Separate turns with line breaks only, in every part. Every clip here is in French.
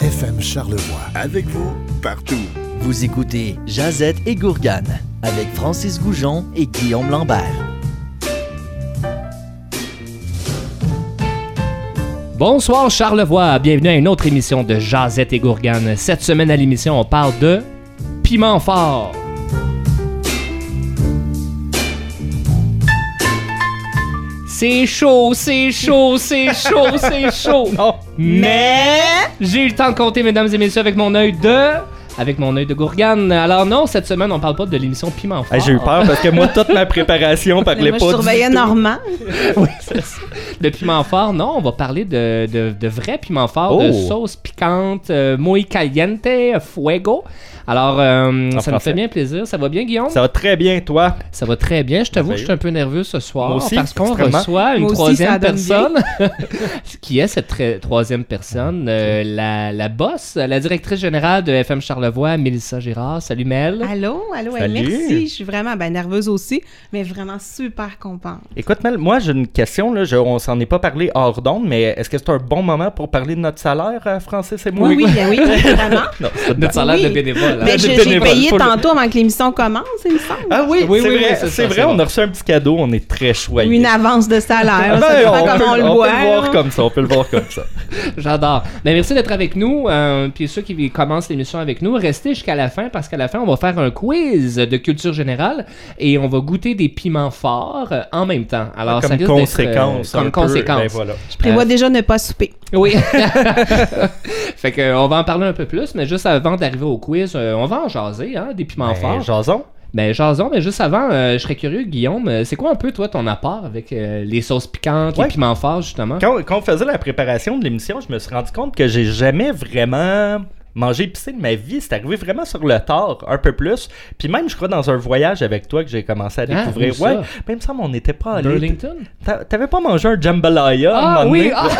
FM Charlevoix.
Avec vous, partout.
Vous écoutez Jazette et Gourgane avec Francis Goujon et Guillaume Lambert.
Bonsoir Charlevoix, bienvenue à une autre émission de Jazette et Gourgane. Cette semaine à l'émission, on parle de piment fort. C'est chaud, c'est chaud, c'est chaud, c'est chaud.
Oh,
Mais j'ai eu le temps de compter, mesdames et messieurs, avec mon œil de, avec mon œil de Gourgane. Alors non, cette semaine, on parle pas de l'émission piment fort.
Hey, Ah, J'ai eu peur parce que moi, toute ma préparation parlait
Moi, je
pas du
surveillais Normand.
Oui, c'est ça. De piment fort, non, on va parler de, de, de vrai piment fort, de
Oh.
sauce piquante, euh, muy caliente, euh, fuego. Alors, euh, ça nous
français.
fait bien plaisir. Ça va bien, Guillaume? Ça,
Ça va très bien, toi.
va très bien. Je t'avoue que je suis
Merveilleux.
un peu nerveux ce soir
Moi aussi,
parce qu'on
extrêmement.
reçoit une
Moi aussi,
troisième
ça donne bien.
personne. Qui est cette tra- troisième personne? Euh, la, la boss, la directrice générale de FM Charlevoix, Mélissa Girard. Salut, Mel.
Allô, allô, hey,
Salut.
merci. Je suis vraiment ben, nerveuse aussi, mais vraiment super contente.
Écoute, Mel, moi, j'ai une question. Là, je- on s'en est pas parlé hors d'onde, mais est-ce que c'est un bon moment pour parler de notre salaire, euh, Francis et moi?
Oui, oui, ben oui, vraiment.
Non, c'est pas de-
Notre salaire de
ben Oui.
bénévole. hein.
Mais je-
des
j'ai
bénévoles,
payé
faut le-
tantôt avant que l'émission commence, il me semble.
Ah oui,
Oui,
c'est
oui, oui,
vrai,
c'est
c'est
ça,
vrai
c'est
on
bon.
a reçu un petit cadeau, on est très choyés.
Une avance de salaire,
Ben,
ça
on,
dépend
peut,
comment on le
on peut
voit.
le voir
là.
comme ça, on peut le voir comme ça.
J'adore. Ben, merci d'être avec nous. Euh, puis ceux qui commencent l'émission avec nous, restez jusqu'à la fin parce qu'à la fin, on va faire un quiz de culture générale et on va goûter des piments forts euh, en même temps. Alors, ça
comme
risque
conséquence.
d'être, euh,
un
comme
peu,
conséquence.
ben voilà.
Je prévois déjà ne pas souper.
Oui. fait que, euh, on va en parler un peu plus, mais juste avant d'arriver au quiz, euh, on va en jaser, hein, des piments forts.
Ben, Jason,
Ben, jason, mais juste avant, euh, je serais curieux, Guillaume, euh, c'est quoi un peu, toi, ton apport avec euh, les sauces piquantes,
Ouais.
les piments forts, justement?
quand, quand on faisait la préparation de l'émission, je me suis rendu compte que j'ai jamais vraiment mangé épicé de ma vie. C'est arrivé vraiment sur le tard, un peu plus. Puis même, je crois, dans un voyage avec toi que j'ai commencé à
Ah,
découvrir.
où
ouais,
ça?
même ça, on n'était pas allé.
Burlington?
T'a- T'avais pas mangé un jambalaya à un
Ah
moment
oui!
donné?
ah!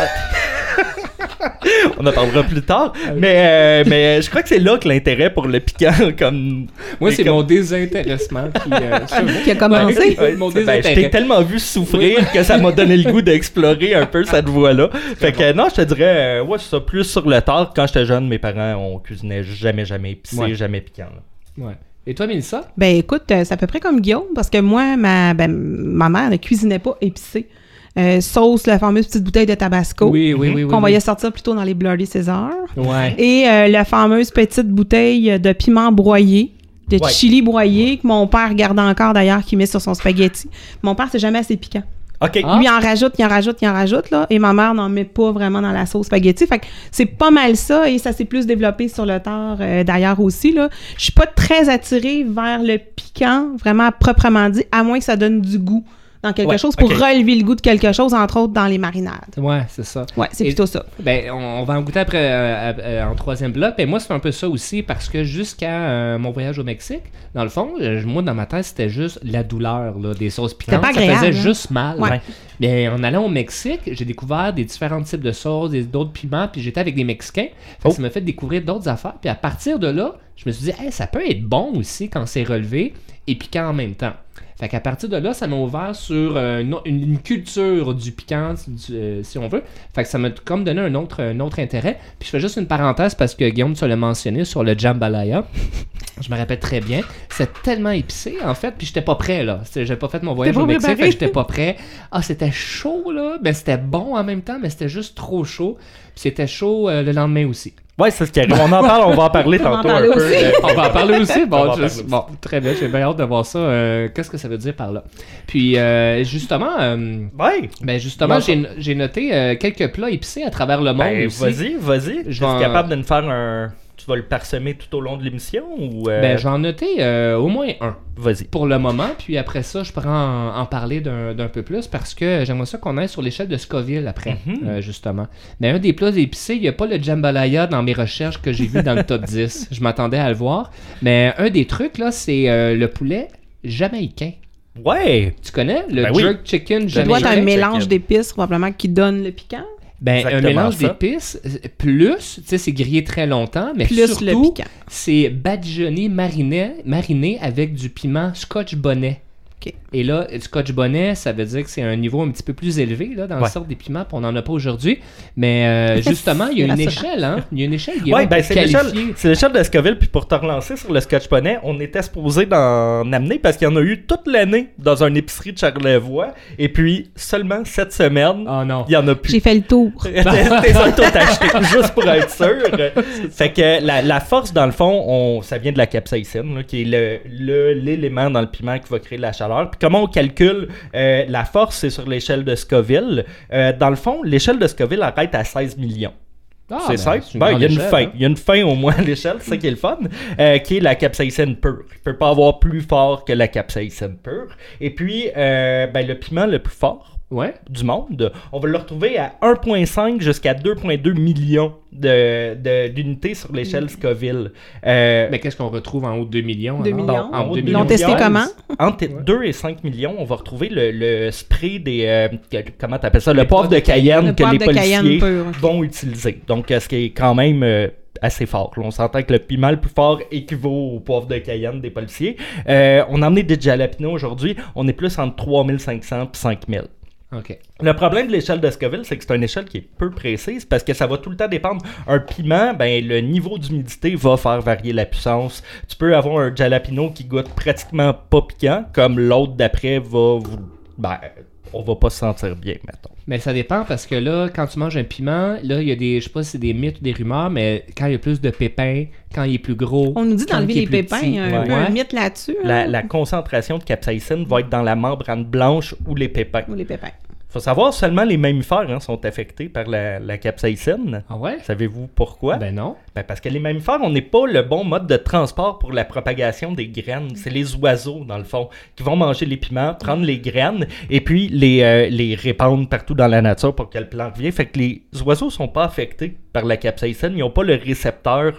On en parlera plus tard.
Ah
Mais, euh, mais je crois que c'est là que l'intérêt pour le piquant, comme.
Moi,
est
c'est
comme-
mon désintéressement qui, euh,
Qui a commencé.
Ouais,
Mon
c'est- ben, je
désintérêt.
t'ai tellement vu souffrir que ça m'a donné le goût d'explorer un peu cette voie-là. Fait que euh, non, je te dirais, euh, ouais, c'est ça, plus sur le tard. Quand j'étais jeune, mes parents, on cuisinait jamais, jamais épicé,
Ouais.
jamais piquant. là.
Ouais. Et toi, Mélissa?
Ben écoute, euh, c'est à peu près comme Guillaume, parce que moi, ma, ben, ma mère ne cuisinait pas épicé. Euh, sauce, la fameuse petite bouteille de tabasco
Oui, oui, oui. oui,
qu'on
oui.
voyait sortir plutôt dans les Bloody César.
Ouais.
Et euh, la fameuse petite bouteille de piment broyé, de
Ouais.
chili broyé, que mon père garde encore d'ailleurs, qu'il met sur son spaghetti. Mon père, c'est jamais assez piquant.
Ok.
Ah.
Lui, il en rajoute, il en rajoute, il en rajoute, là. Et ma mère n'en met pas vraiment dans la sauce spaghetti. Fait que c'est pas mal ça. Et ça s'est plus développé sur le tard euh, d'ailleurs aussi, là. Je suis pas très attirée vers le piquant, vraiment proprement dit, à moins que ça donne du goût dans quelque
Ouais,
chose pour
ok.
relever le goût de quelque chose, entre autres dans les marinades.
Ouais, c'est ça.
Ouais, c'est
Et-
plutôt ça.
Ben, on, on va en goûter après euh, euh, euh, en troisième bloc. Ben, moi, c'est un peu ça aussi parce que jusqu'à euh, mon voyage au Mexique, dans le fond, euh, moi, dans ma tête, c'était juste la douleur là, des sauces piquantes.
pas
ça faisait
agréable, hein?
juste mal.
Ouais.
Mais en allant au Mexique, j'ai découvert des différents types de sauces, des- d'autres piments, puis j'étais avec des Mexicains. Fait que
Oh.
Ça m'a fait découvrir d'autres affaires. Puis à partir de là, je me suis dit, Hey, ça peut être bon aussi quand c'est relevé et piquant en même temps. Fait qu'à partir de là, ça m'a ouvert sur euh, une, une- une culture du piquant, du- euh, si on veut. Fait que ça m'a comme donné un autre, un autre intérêt. Puis je fais juste une parenthèse parce que Guillaume, tu l'as mentionné sur le jambalaya. Je me rappelle très bien. C'était tellement épicé, en fait. Puis j'étais pas prêt, là. C'est- J'avais pas fait mon voyage
T'es pas
au Mexique.
préparé.
fait que J'étais pas prêt. Ah, c'était chaud, là. Mais c'était bon en même temps, mais c'était juste trop chaud. Puis c'était chaud euh, le lendemain aussi.
Ouais, c'est ce qui arrive. On en parle, on va en parler
va en
tantôt
parler
un peu.
aussi.
euh,
On va en parler aussi.
On va
Bon,
en parler
juste- bon, très bien. J'ai bien hâte de voir ça. Euh, Qu'est-ce que ça veut dire par là? Puis, euh, justement, euh,
Ouais.
ben justement,
Non,
j'ai j'ai noté euh, quelques plats épicés à travers le monde
Ben,
aussi.
vas-y, vas-y.
Je
Je
vais en-
suis capable de nous faire un. Tu vas le parsemer tout au long de l'émission ou. euh,
Ben, j'en notais euh, au moins un
Vas-y.
pour le moment, puis après ça, je pourrais en, en parler d'un d'un peu plus parce que j'aimerais ça qu'on aille sur l'échelle de Scoville après,
Mhm.
euh, justement. Mais un des plats épicés, il n'y a pas le jambalaya dans mes recherches que j'ai vu dans le top 10. Je m'attendais à le voir. Mais un des trucs, là, c'est euh, le poulet jamaïcain.
Ouais.
Tu connais le
Ben oui.
jerk chicken
Ça doit être un
jamaïcain?
mélange d'épices, probablement, qui donne le piquant.
Ben, un
Exactement
mélange
ça.
d'épices, euh, plus, tu sais, c'est grillé très longtemps, mais
Plus
surtout,
le piquant.
c'est badigeonné mariné, mariné avec du piment scotch bonnet.
Ok.
Et là, le scotch bonnet, ça veut dire que c'est un niveau un petit peu plus élevé là, dans la
Ouais.
sorte des piments, puis on n'en a pas aujourd'hui. Mais euh, justement, il y a une
Rassurant.
échelle, hein? Il y a une échelle qui
Ouais, ben c'est l'échelle c'est l'échelle de Scoville. Puis pour te relancer sur le scotch poney, on était supposé d'en amener parce qu'il y en a eu toute l'année dans une épicerie de Charlevoix. Et puis seulement cette semaine,
Oh non.
il y en a
J'ai
plus.
fait le tour.
T'es ça tout acheté, juste pour être sûr. fait que la, la force, dans le fond, on, ça vient de la capsaïcine, là, qui est le- le- l'élément dans le piment qui va créer la chaleur. Puis comment on calcule euh, la force, c'est sur l'échelle de Scoville. Euh, dans le fond, l'échelle de Scoville arrête à 16 millions.
Ah,
C'est
ben,
simple.
c'est une
Ben, il
grande
y a une
échelle,
fin.
hein.
Il y a une fin au moins à l'échelle, c'est ça qui est le fun, euh, qui est la capsaïcine pure. Il peut pas avoir plus fort que la capsaïcine pure. Et puis, euh, ben, le piment le plus fort
Ouais.
du monde, on va le retrouver à 1,5 jusqu'à 2,2 millions de- de- d'unités sur l'échelle Scoville. Euh,
Mm. Mais Ben, qu'est-ce qu'on retrouve en haut de 2 millions?
Deux
alors?
millions.
En haut de 2
Ils
millions.
l'ont testé
millions.
comment?
entre 2 et 5 millions, on va retrouver le, le spray des. euh, que- comment t'appelles ça Le poivre de Cayenne
Le
que
poivre
les
de
policiers
Cayenne pur, ok.
vont utiliser. Donc, euh, ce qui est quand même euh, assez fort. là. On s'entend que le piment le plus fort équivaut au poivre de Cayenne des policiers. Euh, on a emmené des jalapenos aujourd'hui. On est plus entre 3500 et 5000.
OK.
Le problème de l'échelle de Scoville, c'est que c'est une échelle qui est peu précise parce que ça va tout le temps dépendre. Un piment, ben, le niveau d'humidité va faire varier la puissance. Tu peux avoir un jalapeno qui goûte pratiquement pas piquant, comme l'autre d'après va vous. Ben, on va pas se sentir bien, mettons.
Mais Ben, ça dépend parce que là, quand tu manges un piment, là, il y a des, je sais pas si c'est des mythes ou des rumeurs, mais quand il y a plus de pépins, quand il est plus gros.
On nous dit
quand
d'enlever
il est
les
plus
pépins.
petit,
Il y a un
ouais.
peu un
Ouais.
mythe là-dessus.
La,
hein,
la concentration de capsaïcine va être dans la membrane blanche ou les pépins.
Ou les pépins.
Faut savoir, seulement les mammifères hein, sont affectés par la, la capsaïcine.
Ah ouais?
Savez-vous pourquoi?
Ben non.
Ben, parce que les mammifères, on n'est pas le bon mode de transport pour la propagation des graines. C'est les oiseaux, dans le fond, qui vont manger les piments, prendre les graines et puis les, euh, les répandre partout dans la nature pour que le plant revienne. Fait que les oiseaux sont pas affectés par la capsaïcine. Ils n'ont pas le récepteur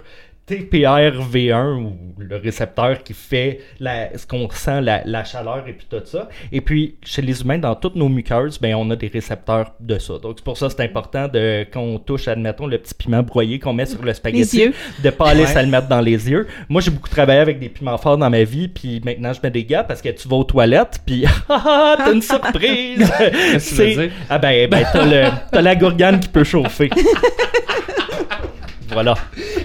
TPRV1 ou le récepteur qui fait la- ce qu'on ressent, la, la chaleur et puis tout ça. Et puis, chez les humains, dans toutes nos muqueuses, ben, on a des récepteurs de ça. Donc, c'est pour ça que c'est important de, quand on touche, admettons, le petit piment broyé qu'on met sur le spaghetti,
yeux.
de pas aller se le mettre dans les yeux. Moi, j'ai beaucoup travaillé avec des piments forts dans ma vie, puis maintenant, je mets des gants parce que tu vas aux toilettes, puis ah, ah, t'as une surprise!
Qu'est-ce que tu veux
C'est-
dire?
Ah ben, ben t'as le- t'as la gourgane qui peut chauffer. voilà.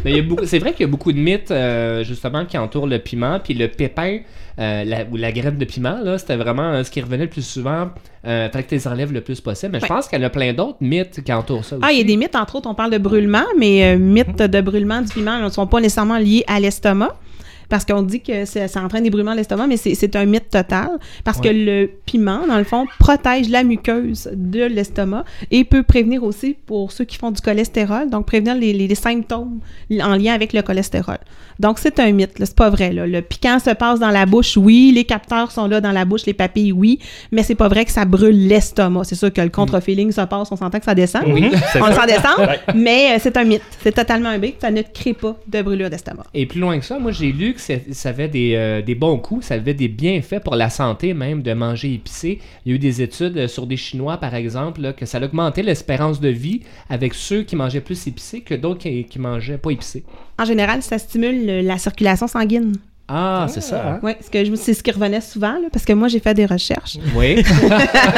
Mais il y a beaucoup- c'est vrai qu'il y a beaucoup de mythes euh, justement qui entourent le piment, puis le pépin euh, la- ou la graine de piment là, c'était vraiment euh, ce qui revenait le plus souvent. Euh, fait que tu les enlèves le plus possible. Mais je
Ouais.
pense qu'il y en a plein d'autres mythes qui entourent ça. Aussi. Mm-hmm.
Ah, il y a des mythes, entre autres, on parle de brûlement, mais euh, mythes de brûlement du piment ne sont pas nécessairement liés à l'estomac. Parce qu'on dit que ça, ça entraîne des brûlements à l'estomac, mais c'est c'est un mythe total. Parce que le piment, dans le fond, protège la muqueuse de l'estomac et peut prévenir aussi, pour ceux qui font du cholestérol, donc prévenir les, les- les symptômes li- en lien avec le cholestérol. Donc, c'est un mythe, là, c'est pas vrai. là. Le piquant se passe dans la bouche, oui. Les capteurs sont là dans la bouche, les papilles, oui. Mais c'est pas vrai que ça brûle l'estomac. C'est sûr que le contre-feeling se passe, on s'entend que ça descend.
Mhm, c'est
On
ça.
le sent descendre,
Ouais.
mais euh, c'est un mythe. C'est totalement un mythe. Ça ne crée pas de brûlure d'estomac.
Et plus loin que ça, moi j'ai lu que c'est- ça avait des, euh, des bons coups, ça avait des bienfaits pour la santé même de manger épicé. Il y a eu des études euh, sur des Chinois par exemple, là, que ça augmentait l'espérance de vie avec ceux qui mangeaient plus épicé que d'autres qui, qui mangeaient pas épicé.
En général, ça stimule euh, la circulation sanguine.
Ah, c'est ça.
Oui, ce que je- c'est ce qui revenait souvent, là, parce que moi, j'ai fait des recherches.
Oui.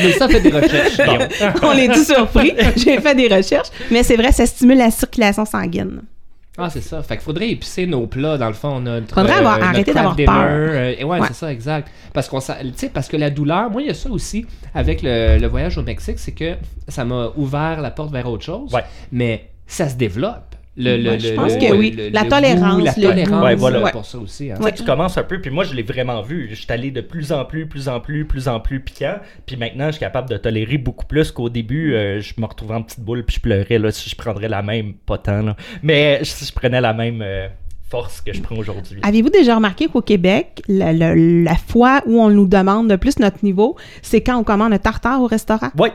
Mais ça fait des recherches. Guillaume.
On est tous surpris. J'ai fait des recherches. Mais c'est vrai, ça stimule la circulation sanguine.
Ah, c'est ça. Fait qu'il faudrait épicer nos plats, dans le fond. Notre, euh,
Faudrait avoir-
notre
arrêter
crab
d'avoir
dinner,
peur.
euh, et ouais,
Ouais.
c'est ça, exact. Parce, qu'on, s'en- tu sais, parce que la douleur, moi, il y a ça aussi avec le, le voyage au Mexique, c'est que ça m'a ouvert la porte vers autre chose.
Ouais.
Mais ça se développe. Le, le-
Ouais, je
le-
pense
le-
que
le-
oui.
le-
La
le
tolérance,
goût, la
le goût.
tolérance
Ouais, voilà.
euh,
Ouais.
pour ça aussi. hein.
Tu sais,
Ouais.
Tu commences un peu, puis moi je l'ai vraiment vu. Je suis allé de plus en plus, plus en plus, plus en plus piquant. Puis maintenant, je suis capable de tolérer beaucoup plus qu'au début. euh, je me retrouvais en petite boule, puis je pleurais là, si je prendrais la même, pas tant. Là. Mais euh, si je prenais la même euh, force que je prends aujourd'hui.
Avez-vous déjà remarqué qu'au Québec, la, la- la fois où on nous demande de plus notre niveau, c'est quand on commande un tartare au restaurant?
Oui,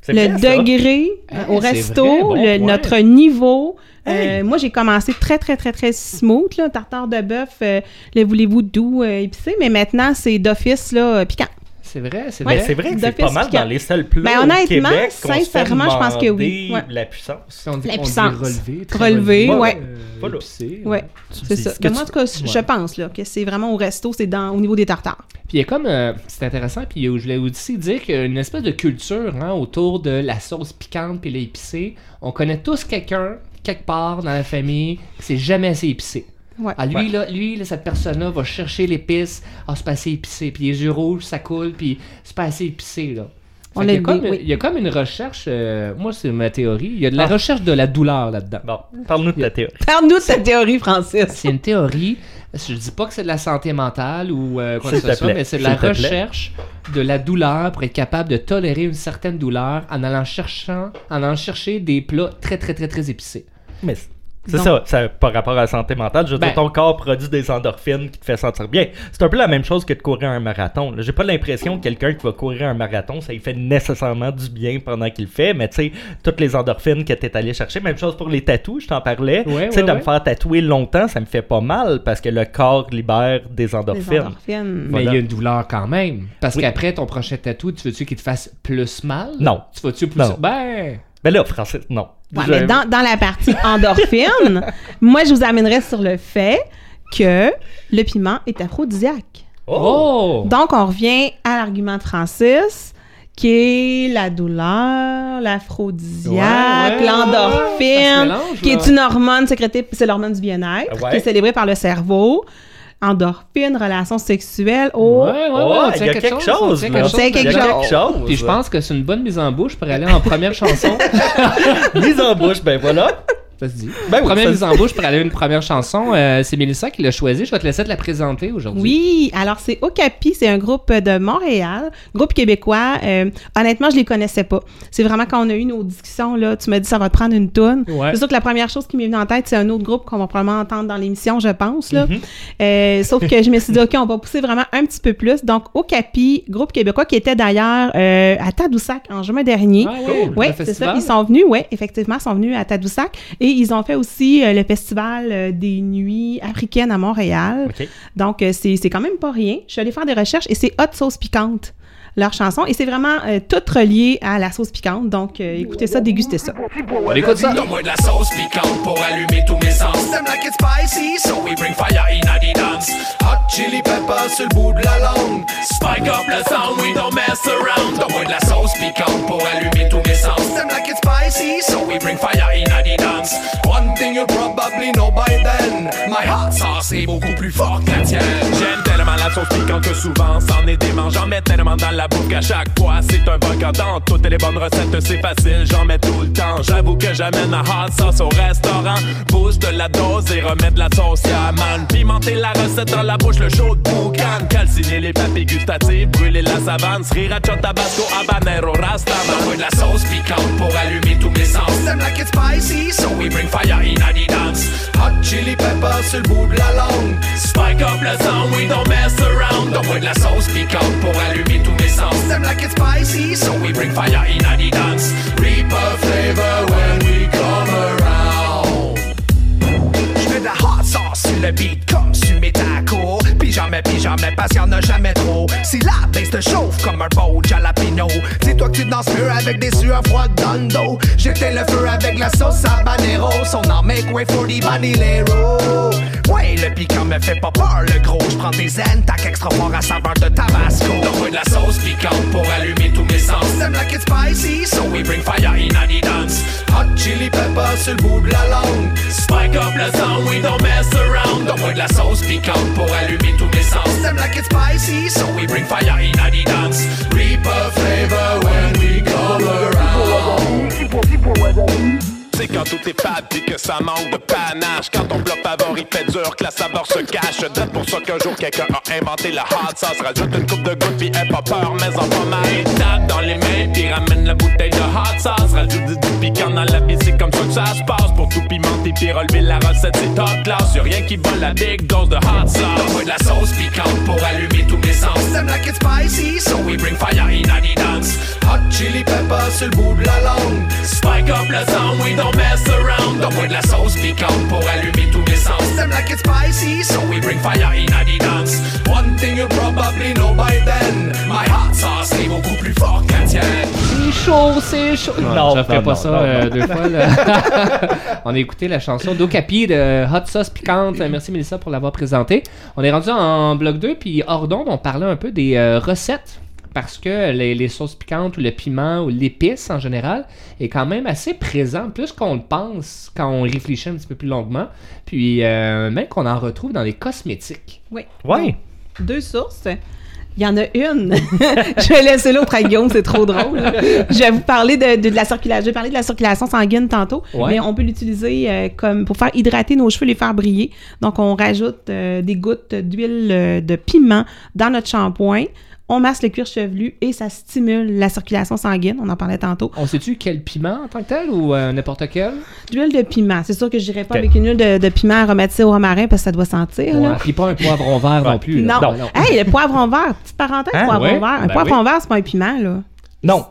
c'est
le
vrai, ça.
degré euh,
Ah,
au
c'est
resto,
vrai, bon
le-
point.
notre niveau. Euh,
Hey.
moi, j'ai commencé très, très, très, très smooth, là, tartare de bœuf, euh, le voulez-vous doux, euh, épicé, mais maintenant, c'est d'office, là, euh, piquant.
c'est vrai, c'est
Mais
vrai.
c'est vrai que
de
c'est pas
piste
mal
piquant.
dans les seuls plats
Ben,
au
honnêtement,
Québec qu'on se fait
sincèrement, je pense que oui.
demander
Ouais.
La puissance.
On dit,
La
on dit
puissance.
relevé, très
Relevé, ouais.
euh,
Voilà.
épicé,
Ouais. C'est
C'est
ça.
ce que
Mais moi,
tu-
en tout cas, je- je
ouais.
pense là, que c'est vraiment au resto, c'est dans, au niveau des tartares.
Puis il y a comme, euh, c'est intéressant, puis je voulais aussi dire qu'il y a une espèce de culture hein, autour de la sauce piquante puis l'épicé. On connaît tous quelqu'un, quelque part dans la famille, qui c'est jamais assez épicé.
Ouais.
Ah, lui,
Ouais.
là, lui là, cette personne-là va chercher l'épice, ah, c'est pas assez épicé, puis les yeux rouges, ça coule, puis c'est pas assez épicé, là. Fait
On
qu'il y
l'a
a comme-
dit, oui.
Il y a comme une recherche, euh, moi c'est ma théorie, il y a de la recherche de la douleur là-dedans.
Bon, parle-nous de ta théorie.
Parle-nous de cette théorie, Francis.
C'est une théorie. Je dis pas que c'est de la santé mentale ou euh, quoi que
S'il
ce
te
soit,
plaît,
mais c'est de
s'il
la
te plaît.
recherche de la douleur pour être capable de tolérer une certaine douleur en allant cherchant, en allant chercher des plats très très très très épicés.
Mais c'est- c'est
Non.
ça, ça, par rapport à la santé mentale, je veux
Ben.
dire, ton corps produit des endorphines qui te fait sentir bien. C'est un peu la même chose que de courir un marathon. là. J'ai pas l'impression que quelqu'un qui va courir un marathon, ça lui fait nécessairement du bien pendant qu'il le fait, mais tu sais, toutes les endorphines que t'es allé chercher, même chose pour les tatous, je t'en parlais.
Ouais,
tu sais,
ouais,
de me
ouais.
faire tatouer longtemps, ça me fait pas mal parce que le corps libère des
Les
endorphines.
endorphines.
Mais il y a
Voilà.
une douleur quand même. Parce
Oui.
qu'après ton prochain tatou, tu veux-tu qu'il te fasse plus mal?
Non.
Tu vas-tu plus.
Non.
Ben.
Ben là, Francis, non.
Ouais,
Je-
mais dans, dans la partie endorphine, moi, je vous amènerais sur le fait que le piment est aphrodisiaque.
Oh!
Donc, on revient à l'argument de Francis, qui est la douleur, l'aphrodisiaque,
Ouais, ouais, ça se
l'endorphine,
mélange,
qui
là.
est une hormone sécrétée, c'est l'hormone du bien-être,
Ouais.
qui est célébrée par le cerveau. Endorphine, relation sexuelle, oh,
Ouais, ouais, ouais,
Oh,
on
il
tient
y a quelque chose,
on tient
là.
On tient
Il y a
quelque
quelque
chose.
chose.
Puis je pense que c'est une bonne mise en bouche pour aller en première chanson.
Mise en bouche, ben voilà.
Ça se dit.
Ben oui,
première
ça
mise en bouche pour aller à une première chanson. euh, c'est Mélissa qui l'a choisie. Je vais te laisser te la présenter aujourd'hui.
Oui, alors c'est Okapi, c'est un groupe euh, de Montréal, groupe québécois. Euh, honnêtement, je les connaissais pas. C'est vraiment quand on a eu nos discussions, là, tu m'as dit ça va te prendre une toune.
Ouais.
C'est sûr que la première chose qui m'est venue en tête, c'est un autre groupe qu'on va probablement entendre dans l'émission, je pense. Là.
Mhm.
Euh, sauf que je me suis dit, OK, on va pousser vraiment un petit peu plus. Donc, Okapi, groupe québécois qui était d'ailleurs euh, à Tadoussac en juin dernier.
Ah oui,
Oui,
le
c'est ça.
festival.
Ils sont venus, oui, effectivement, ils sont venus à Tadoussac. Et ils ont fait aussi euh, le festival euh, des nuits africaines à Montréal.
OK.
Donc, euh, c'est c'est quand même pas rien. Je suis allée faire des recherches et c'est Hot Sauce Piquante, leur chanson. Et c'est vraiment euh, tout relié à la sauce piquante. Donc, euh, écoutez ça, dégustez ça.
On écoute ça.
Donne-moi de la sauce piquante pour allumer tous mes sens. Them like it spicy, so we bring fire in a the dance. Hot chili pepper sur le bout de la langue. Spike up the sound, we don't mess around. Donne-moi de la sauce piquante pour allumer tous mes sens. Them like it spicy, so we bring fire in a the dance. One thing you'll probably know by then. My hot sauce est beaucoup plus fort que la tienne.
J'aime tellement la sauce piquante que souvent c'en est dément. J'en mets tellement dans la bouche qu'à chaque fois c'est un volcan. Dans toutes les bonnes recettes c'est facile, j'en mets tout le temps. J'avoue que j'amène ma hot sauce au restaurant. Bouge de la dose et remets de la sauce à man. Pimenter la recette dans la bouche, le chaud de boucan. Calciner les papilles gustatives, brûler la savane. Sriracha, tabasco, habanero, rastaman.
Donne-moi de la sauce piquante pour allumer tous mes sens. Them like it spicy, so we bring fire in a the dance. Hot chili pepper sur le bout de la langue. Spike up le sound, we don't mess around. Donne-moi de la sauce piquante pour allumer tous mes sens. Them like it spicy, so we bring fire in a the dance. Reaper flavor when we come around. J'mets de la hot sauce sur le beat comme sur mes tacos. Pis jamais, pis jamais, parce qu'il y en a jamais trop. Si la baisse te chauffe comme un beau jalapeno, dis-toi que tu danses mieux avec des sueurs froides dans le dos. J'étais le feu avec la sauce habanero. Son arme est way for the banilero. Ouais, le piquant me fait pas peur, le gros. J'prends des zen, tac extra fort à saveur de tabasco. Donne-moi de la sauce piquante pour allumer tous mes sens. Them like it's spicy, so we bring fire in a the dance. Hot chili pepper sur le bout de la langue. Spike up le sound, we don't mess around. Donne-moi de la sauce piquante pour allumer tous mes sens. Them like it's spicy, so we bring fire in a the dance. Reaper flavor when we come around.
C'est quand tout est fade pis que ça manque de panache Quand ton plat favori fait dur, que la saveur se cache C'est pour ça qu'un jour quelqu'un a inventé la hot sauce Rajoute une coupe de gouttes pis aie pas peur, mais en pas mal Et tape dans les mains pis ramène la bouteille de hot sauce Rajoute du, du piquant dans la vie, c'est comme ça que ça se passe Pour tout pimenter pis relever la recette, c'est top class Y'a rien qui vole la big dose de hot sauce
Donne-moi de la sauce piquante pour allumer tous mes sens. Them like it spicy, so we bring fire in a the dance. Hot chili pepper sur le bout de la langue. Spike up le sound, we don't mess around. Donne-moi de la sauce piquante pour allumer tous mes sauce. Them like it spicy, so we bring fire in the dance. One thing you probably know by then, my hot sauce est beaucoup plus fort qu'un tienne.
C'est chaud, c'est chaud. Non,
Non,
je ferai
non,
pas
non,
ça
non,
euh,
non.
deux fois. là. on a écouté la chanson d'Ocapi de Hot Sauce Piquante. Euh, Merci Mélissa pour l'avoir présentée. On est rendu en bloc 2, puis hors d'onde, on parlait un peu des euh, recettes. Parce que les, les sauces piquantes ou le piment ou l'épice en général est quand même assez présent, plus qu'on le pense quand on réfléchit un petit peu plus longuement. Puis euh, même qu'on en retrouve dans les cosmétiques.
Oui.
Ouais.
Deux sources. Il y en a une. je vais laisser l'autre à Guillaume, c'est trop drôle. Je vais vous parler de, de- de la circulation. Je vais parler de la circulation sanguine tantôt,
Ouais.
mais on peut l'utiliser euh, comme pour faire hydrater nos cheveux, les faire briller. Donc on rajoute euh, des gouttes d'huile euh, de piment dans notre shampoing. On masse le cuir chevelu et ça stimule la circulation sanguine. On en parlait tantôt.
On sait-tu quel piment en tant que tel ou euh, n'importe quel?
D'huile de piment. C'est sûr que je n'irai pas
Ok.
avec une huile de, de piment aromatisée au romarin parce que ça doit sentir. là.
Ouais. Puis pas un poivron vert non plus. là.
Non. Hey, le poivron vert. Petite parenthèse,
Hein,
poivron
ouais?
vert. Un
Ben
poivron vert, c'est pas un piment, là.
Non.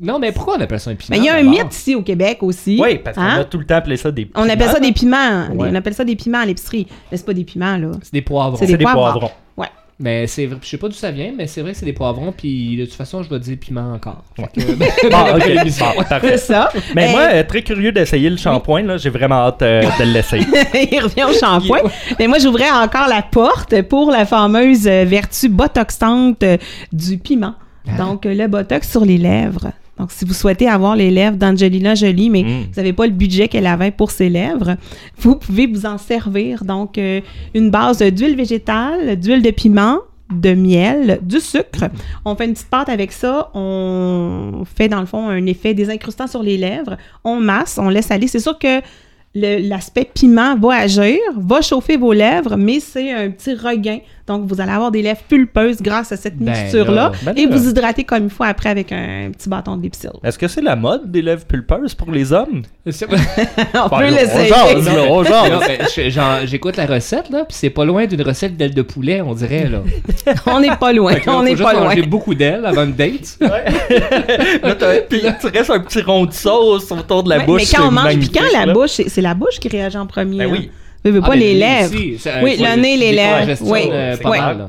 Non, mais pourquoi on appelle ça un piment?
Mais il y a un
d'abord?
mythe ici au Québec aussi.
Oui, parce qu'on
Hein?
a tout le temps appelé ça des
On appelle ça des piments.
Ouais.
On appelle ça des piments à l'épicerie. Mais c'est pas des piments, là.
C'est des poivrons.
C'est
C'est des
poivrons.
poivrons.
Ouais.
Mais c'est vrai, je sais pas d'où ça vient, mais c'est vrai que c'est des poivrons, puis de toute façon, je dois dire piment encore.
Ouais. Bon, Ah, ok. Bon, parfait.
C'est ça.
Mais
Hey,
moi, euh, très curieux d'essayer le shampoing, là. J'ai vraiment hâte euh, de l'essayer.
il revient au shampoing. Mais moi, j'ouvrais encore la porte pour la fameuse euh, vertu botoxante euh, du piment. Donc, euh, le botox sur les lèvres. Donc, si vous souhaitez avoir les lèvres d'Angelina Jolie, mais
Mm.
vous n'avez pas le budget qu'elle avait pour ses lèvres, vous pouvez vous en servir. Donc, euh, une base d'huile végétale, d'huile de piment, de miel, du sucre. On fait une petite pâte avec ça. On fait, dans le fond, un effet désincrustant sur les lèvres. On masse, on laisse aller. C'est sûr que le- l'aspect piment va agir, va chauffer vos lèvres, mais c'est un petit regain. Donc, vous allez avoir des lèvres pulpeuses grâce à cette
Ben
mixture-là.
là,
ben
et
là.
vous hydratez comme il faut après avec un petit bâton de lipsil.
Est-ce que c'est la mode des lèvres pulpeuses pour les hommes?
C'est-
on
Ben,
peut
là, on
l'essayer.
jase, là, on jase.
Non, mais je- j'en- J'écoute la recette, là, puis c'est pas loin d'une recette d'aile de poulet, on dirait, là.
On n'est pas loin. on n'est pas loin.
J'ai beaucoup d'ailes avant une date.
Là, t'as- puis là, tu restes un petit rond de sauce autour de la
Ouais,
bouche.
mais quand
c'est
on mange
magnifique,
piquant, la
là.
bouche, c'est c'est la bouche qui réagit en premier.
Ben
hein.
oui.
Veux, veux
Ah,
pas
mais
les
le nez
lèvres.
aussi, c'est-
Oui,
faut
le
des-
nez, les
des
lèvres.
digestions,
Oui,
euh, pas
oui.
mal, là.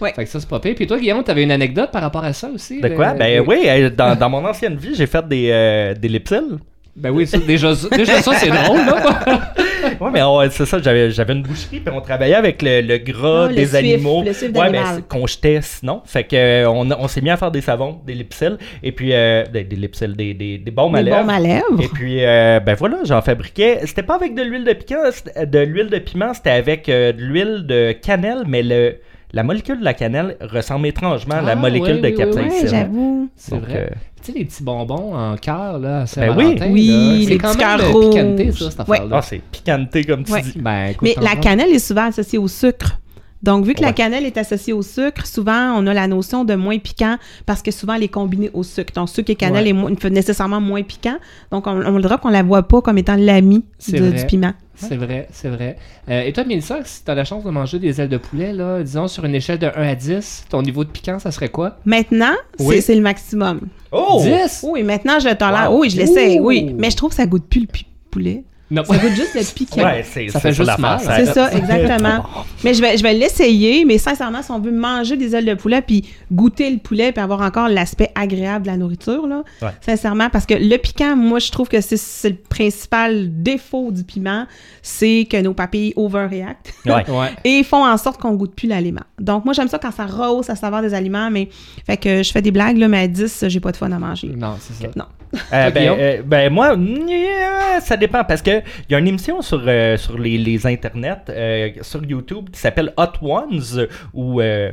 Oui.
Fait que ça, c'est pas pire. Puis toi, Guillaume, t'avais une anecdote par rapport à ça aussi?
De
le-
quoi? Ben
le-
oui, euh, dans, dans mon ancienne vie, j'ai fait des, euh, des lipsils.
Ben oui, ça, déjà, ça- déjà ça, c'est drôle, là.
Ouais, mais on- c'est ça, j'avais, j'avais une boucherie, puis on travaillait avec le, le gras
Ah, le
des
suif,
animaux.
le suif
ouais, mais
d'animal.
c'est- qu'on jetait sinon. Fait que, euh, on, a- on s'est mis à faire des savons, des lipsils, et puis euh, des, des lipsils, des, des, des baumes à
Des
lèvres.
baumes à
Et
lèvres.
puis, euh, ben voilà, j'en fabriquais. C'était pas avec de l'huile de piquant, c'était- de l'huile de piment, c'était avec euh, de l'huile de cannelle, mais le, la molécule de la cannelle ressemble étrangement à la
Ah,
molécule
oui,
de
oui,
capsaïcine.
oui,
Ouais, j'avoue.
C'est
Donc,
vrai.
euh,
Tu sais, les petits bonbons en cœur, là, à
Ben oui.
Saint-Valentin,
Oui,
là, c'est
les
quand
petits
même
cœurs
euh, picanté,
rouges.
ça, cette
Ouais.
affaire-là.
Ah, c'est piquanté, comme tu
Ouais.
dis.
Ben, écoute,
Mais la
encore.
cannelle est souvent associée au sucre. Donc, vu que la
Ouais.
cannelle est associée au sucre, souvent, on a la notion de moins piquant parce que souvent, elle est combinée au sucre. Donc, sucre et cannelle
Ouais.
est mo- nécessairement moins piquant. Donc, on, on dira qu'on la voit pas comme étant l'ami
C'est
de-
vrai.
du piment.
C'est vrai, c'est vrai. Euh, et toi, Mélissa, si t'as la chance de manger des ailes de poulet, là, disons sur une échelle de 1 à 10, ton niveau de piquant, ça serait quoi?
Maintenant, c'est-
Oui.
c'est le maximum.
Oh!
10?
Oui, maintenant, je le tolère.
Wow.
Oui, je l'essaie, oui.
Ouh.
Mais je trouve que ça goûte plus le pi- poulet.
Non.
Ça goûte juste le piquant.
Ouais, c'est,
Ça
c'est
fait juste
l'affaire,
mal.
C'est ça, exactement. Mais je vais, je vais l'essayer, mais sincèrement, si on veut manger des ailes de poulet, puis goûter le poulet, puis avoir encore l'aspect agréable de la nourriture, là,
Ouais.
sincèrement, parce que le piquant, moi, je trouve que c'est- c'est le principal défaut du piment, c'est que nos papilles overreact
Ouais.
Ouais.
et font en sorte qu'on goûte plus l'aliment. Donc, moi, j'aime ça quand ça rehausse la saveur des aliments, mais fait que je fais des blagues, là, mais à 10, j'ai pas de fun à manger.
Non, c'est ça.
Non.
Euh,
Toi,
ben,
Guillaume?
euh, ben, moi, yeah, ça dépend parce que il y a une émission sur, euh, sur les, les internets, euh, sur YouTube qui s'appelle Hot Ones euh, ou euh,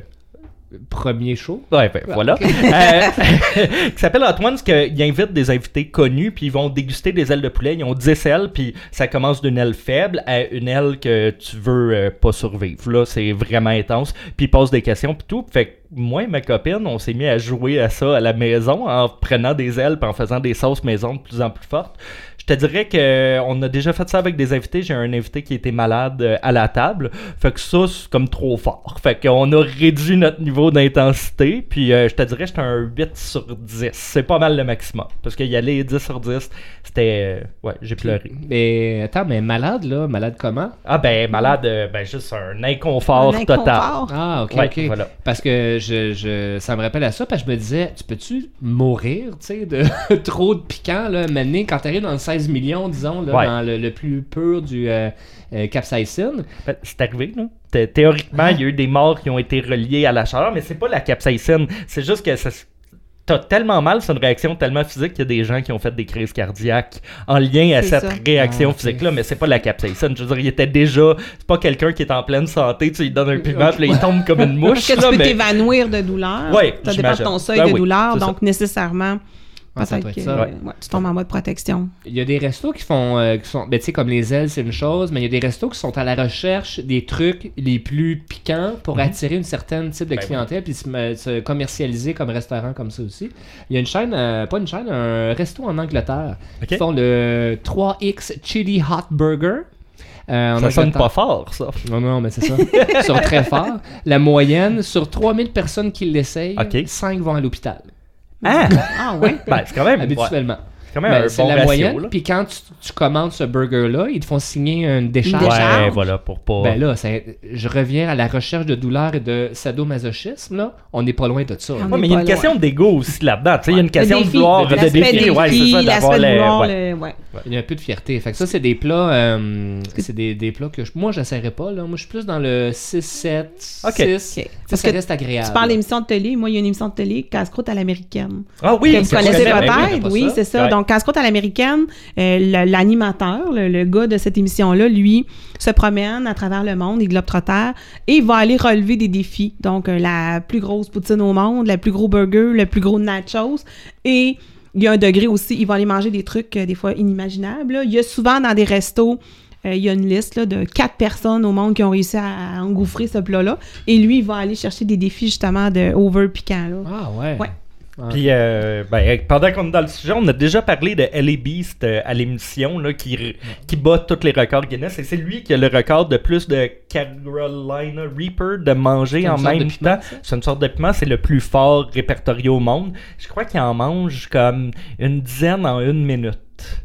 Premier show.
ouais, ben, voilà, Euh, qui s'appelle Hot Ones qu'ils invitent des invités connus puis ils vont déguster des ailes de poulet, ils ont 10 ailes puis ça commence d'une aile faible à une aile que tu veux euh, pas survivre. Là, c'est vraiment intense puis ils posent des questions puis tout. Fait que moi et ma copine, on s'est mis à jouer à ça à la maison en prenant des ailes puis en faisant des sauces maison de plus en plus fortes. Je te dirais que euh, on a déjà fait ça avec des invités. J'ai un invité qui était malade euh, à la table. Fait que ça, c'est comme trop fort. Fait qu'on a réduit notre niveau d'intensité. Puis euh, je te dirais, j'étais un 8 sur 10. C'est pas mal le maximum. Parce qu'il y allait 10 sur 10. C'était. euh, ouais, j'ai pleuré.
Mais attends, mais malade, là, malade comment
Ah ben, malade, euh, ben juste un inconfort,
Un
total.
inconfort.
Ah, ok,
Ouais,
ok.
voilà.
Parce que je, je- ça me rappelle à ça, parce que je me disais, tu peux-tu mourir, tu sais, de trop de piquant, là, maintenant, quand t'arrives dans le 16 millions, disons, là,
Ouais.
dans le, le plus pur du euh, euh, capsaïcine.
Ben, C'est arrivé, là. Thé- Théoriquement, il y a eu des morts qui ont été reliés à la chaleur, mais c'est pas la capsaïcine. C'est juste que ça. s- T'as tellement mal, c'est une réaction tellement physique qu'il y a des gens qui ont fait des crises cardiaques en lien à
C'est
cette
ça.
réaction
Ah, ok.
physique-là, mais c'est pas la capsaïcine. Je veux dire, il était déjà. C'est pas quelqu'un qui est en pleine santé, tu lui donnes un piment, puis là, il tombe comme une mouche.
Parce que
là,
tu peux
mais-
t'évanouir de douleur.
Ouais,
ça dépend de
j'imagine.
ton seuil
Ben
de
oui,
douleur.
c'est ça.
Donc, nécessairement,
Ah, ça
peut-être
doit être
que
ça.
ouais, tu tombes en mode protection.
Il y a des restos qui font, euh, qui sont, ben, tu sais, comme les ailes, c'est une chose, mais il y a des restos qui sont à la recherche des trucs les plus piquants pour attirer une certaine type de
Mhm. Ben oui.
clientèle, puis se, me- se commercialiser comme restaurant comme ça aussi. Il y a une chaîne, euh, pas une chaîne, un resto en Angleterre qui
Ok.
font le 3X Chili Hot Burger. euh, en
Ça sonne
Angleterre.
pas fort, ça.
Non, non, mais c'est ça. Ils sont très forts. La moyenne, sur 3000 personnes qui l'essayent,
Ok.
5 vont à l'hôpital,
Ah!
Ah ouais?
ben, c'est quand même. ouais,
habituellement.
c'est quand même
Ben,
un
c'est
bon
la
ratio,
moyenne.
là.
Puis quand tu, tu commandes ce burger-là, ils te font signer une décharge.
Ouais,
décharge.
voilà, pour pas.
Ben là, c'est- je reviens à la recherche de douleur et de sadomasochisme. Là. On n'est pas loin de ça. là.
On
Ouais,
est
mais il y a
pas
une
loin.
question d'ego aussi là-dedans. tu sais, Il y a une question
Le
de
défi,
vouloir, de
l'aspect
défi. Ouais, c'est ça,
défi,
d'avoir
l'aspect de
les-
vouloir,
ouais.
le- ouais.
Il y a un peu de fierté. Fait que ça, c'est des plats. euh, c'est des, des plats que je- moi, j'essaierai pas. Là. Moi, je suis plus dans le 6-7. 6.
Ok.
Ok.
Tu sais,
Parce
ça
que
reste agréable.
Tu parles d'émission de télé. Moi, il y a une émission de télé, casse-croûte à l'américaine.
Ah oui,
que vous
c'est vrai,
connaissez
ben oui.
on a
peut-être.
pas
Oui,
ça.
c'est ça.
Ouais.
Donc, casse-croûte à l'américaine, euh, le- l'animateur, le, le gars de cette émission-là, lui, se promène à travers le monde, il globe et il va aller relever des défis. Donc, euh, la plus grosse poutine au monde, le plus gros burger, le plus gros nachos, et... Il y a un degré aussi, il va aller manger des trucs euh, des fois inimaginables. là. Il y a souvent dans des restos, euh, il y a une liste là, de quatre personnes au monde qui ont réussi à, à engouffrer ce plat-là. Et lui, il va aller chercher des défis justement de over piquant. là.
Ah ouais.
Ouais.
Puis euh, ben, pendant qu'on est dans le sujet, on a déjà parlé de L.A. Beast euh, à l'émission là, qui, r- qui bat tous les records Guinness et c'est lui qui a le record de plus de Carolina Reaper de manger
C'est une
en
sorte de
même
piment,
temps. C'est une sorte de piment, c'est le plus fort répertorié au monde. Je crois qu'il en mange comme une dizaine en une minute.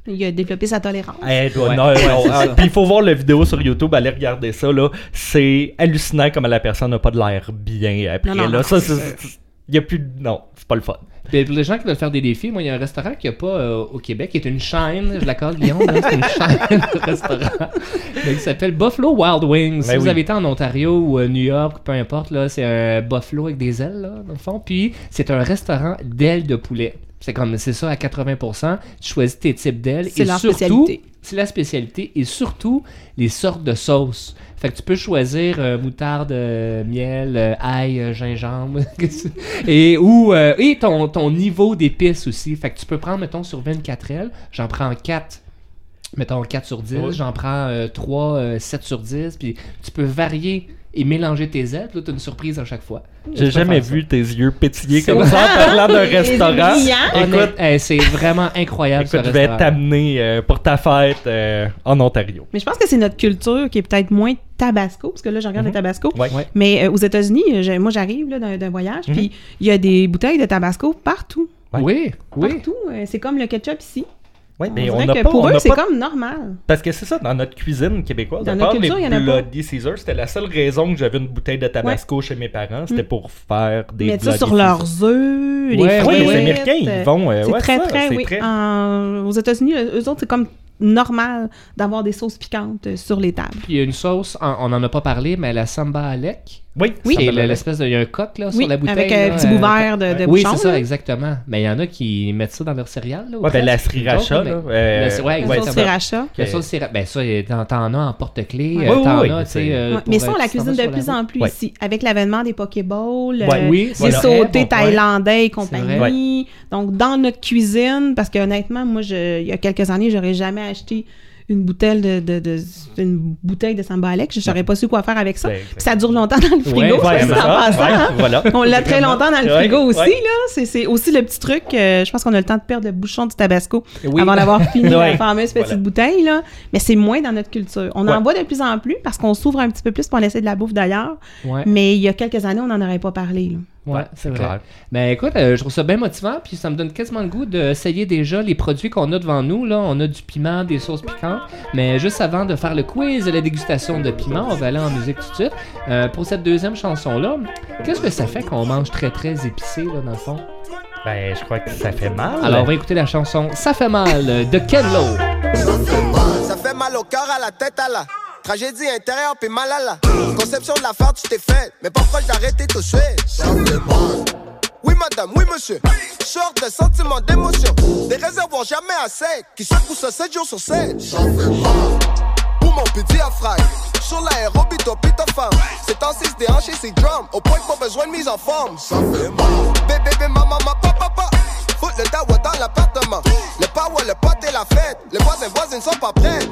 Il a développé sa tolérance.
Eh, doit-
Ouais.
non,
Ouais,
non.
c'est
Ah,
ça.
Puis il faut voir la vidéo sur YouTube, allez regarder ça. là. C'est hallucinant comme la personne n'a pas de l'air bien après.
Non, non,
là.
non,
ça,
c'est
c'est- c'est- il y a plus. de- Non, c'est pas le fun.
Puis pour les gens qui veulent faire des défis, moi, il y a un restaurant qu'il n'y a pas euh, au Québec, qui est une chaîne, je l'accorde, Guillaume, là, c'est une chaîne de restaurant. Mais il s'appelle Buffalo Wild Wings. si
Ben
vous
oui.
avez été en Ontario ou à New York, peu importe, là, c'est un buffalo avec des ailes, là, dans le fond. Puis c'est un restaurant d'ailes de poulet. C'est comme, c'est ça à 80%. Tu choisis tes types d'ailes.
C'est
et
leur
surtout,
spécialité.
C'est la spécialité et surtout les sortes de sauces. Fait que tu peux choisir euh, moutarde, euh, miel, euh, ail, euh, gingembre, qu'est-ce que- et ou euh, et ton, ton niveau d'épices aussi. Fait que tu peux prendre mettons sur 24 ailes, j'en prends 4 mettons 4 sur 10,
Ouais.
j'en prends euh, 3 7 sur 10 puis tu peux varier et mélanger tes ailes, puis là, t'as une surprise à chaque fois.
J'ai
Je préfère
jamais
ça.
vu tes yeux pétiller
C'est
comme
vrai.
ça en parlant d'un restaurant.
brillant.
Écoute,
Honnête- eh, c'est vraiment incroyable
écoute,
ce
je vais
restaurant.
t'amener euh, pour ta fête euh, en Ontario.
Mais je pense que c'est notre culture qui est peut-être moins tabasco, parce que là, je regarde le
Mhm.
tabasco.
Ouais.
Ouais.
Mais euh, aux États-Unis, euh, j'ai- moi, j'arrive là, d'un d'un voyage,
Mhm.
puis il y a des bouteilles de tabasco partout.
Ouais.
Oui, oui.
Partout. Euh, c'est comme le ketchup ici.
Ouais, mais
dirait
on n'a
que
pas,
pour
on
eux,
n'a
c'est
pas-
comme normal.
Parce que c'est ça, dans notre cuisine québécoise,
Dans
à
notre
part les
culture, il y en a pas.
Bloody Caesar, c'était la seule raison que j'avais une bouteille de Tabasco chez mes parents, c'était pour faire des
Mm. Mettre ça
Bloody
sur
Caesar.
leurs œufs, les
Ouais,
Oui,
ouais,
frites,
les Américains,
euh,
ils vont. euh,
C'est
ouais,
très,
ça,
très,
c'est
oui. En- aux États-Unis, eux autres, c'est comme normal d'avoir des sauces piquantes euh, sur les tables.
Puis il y a une sauce, en- on n'en a pas parlé, mais la samba alec.
Oui,
Oui.
ça
Qui est
me
le-
l'a-
l'espèce de. Il y a un coq là, sur
oui,
la bouteille.
avec un
là,
petit
euh,
bout vert de, de
oui,
bouchon.
c'est ça,
là.
exactement. Mais il y en a qui mettent ça dans leur céréales. Là, ou
Ouais,
presque,
ben, la
nous
sriracha,
autres, mais-
là, euh,
la- ouais,
La sauce
exactement.
sriracha.
La sauce sriracha. Ben, ça, y a- t'en- t'en as en porte-clés.
Ouais,
euh,
oui,
t'en
oui,
as,
oui,
tu
c'est-
sais. euh,
Ouais,
pour,
mais
euh,
ça, on la
si t'en vas
cuisine de
sur la
plus
route.
en plus
Ouais.
ici, avec l'avènement des Pokéballs,
Ouais.
euh,
Oui,
des
voilà.
Très
sautés
bon point.
thaïlandais et
C'est
compagnie. Donc, dans notre cuisine, parce que honnêtement, moi, je, il y a quelques années, j'aurais jamais acheté une bouteille de, de, de- une bouteille de samba Alex, je n'aurais pas su quoi faire avec ça.
Ben,
Puis ça dure longtemps dans le frigo,
Ouais,
ça,
vraiment.
c'est en passant,
Ouais,
hein.
voilà.
On l'a très longtemps dans le
Ouais,
frigo aussi,
ouais.
là. C'est- C'est aussi le petit truc, euh, je pense qu'on a le temps de perdre le bouchon du tabasco
Oui.
avant d'avoir fini
Ouais.
la fameuse petite
Voilà.
bouteille, là. Mais c'est moins dans notre culture. On
Ouais.
en voit de plus en plus parce qu'on s'ouvre un petit peu plus pour en laisser de la bouffe d'ailleurs.
Ouais.
Mais il y a quelques années, on n'en aurait pas parlé, là.
Ouais, c'est vrai.
clair.
Ben écoute, euh, je trouve ça bien motivant, puis ça me donne quasiment le goût d'essayer déjà les produits qu'on a devant nous. Là, on a du piment, des sauces piquantes, mais juste avant de faire le quiz et la dégustation de piment, on va aller en musique tout de suite. Euh, pour cette deuxième chanson-là, qu'est-ce que ça fait qu'on mange très très épicé, là, dans le fond?
Ben, je crois que ça fait mal.
Alors, on va écouter la chanson « Ça fait mal » de Ken Lo.
Ça fait mal au corps, à la tête, à la tragédie intérieure, puis mal à la conception de l'affaire, tu t'es faite. Mais pas proche d'arrêter tout de suite. Oui, madame, oui, monsieur. Sort de sentiments, d'émotion. Des réservoirs jamais à sec, qui se poussent 7 jours sur 7. Pour mon petit diaphragme, sur l'aérobie, toi, pis ta femme. C'est en 6 déhanché, c'est drum. Au point qu'on besoin de mise en forme. Bébé, bébé, maman, ma papa, papa. Fout le dawa dans l'appartement. Le power, le pote et la fête. Les voisins, voisines sont pas prêtes.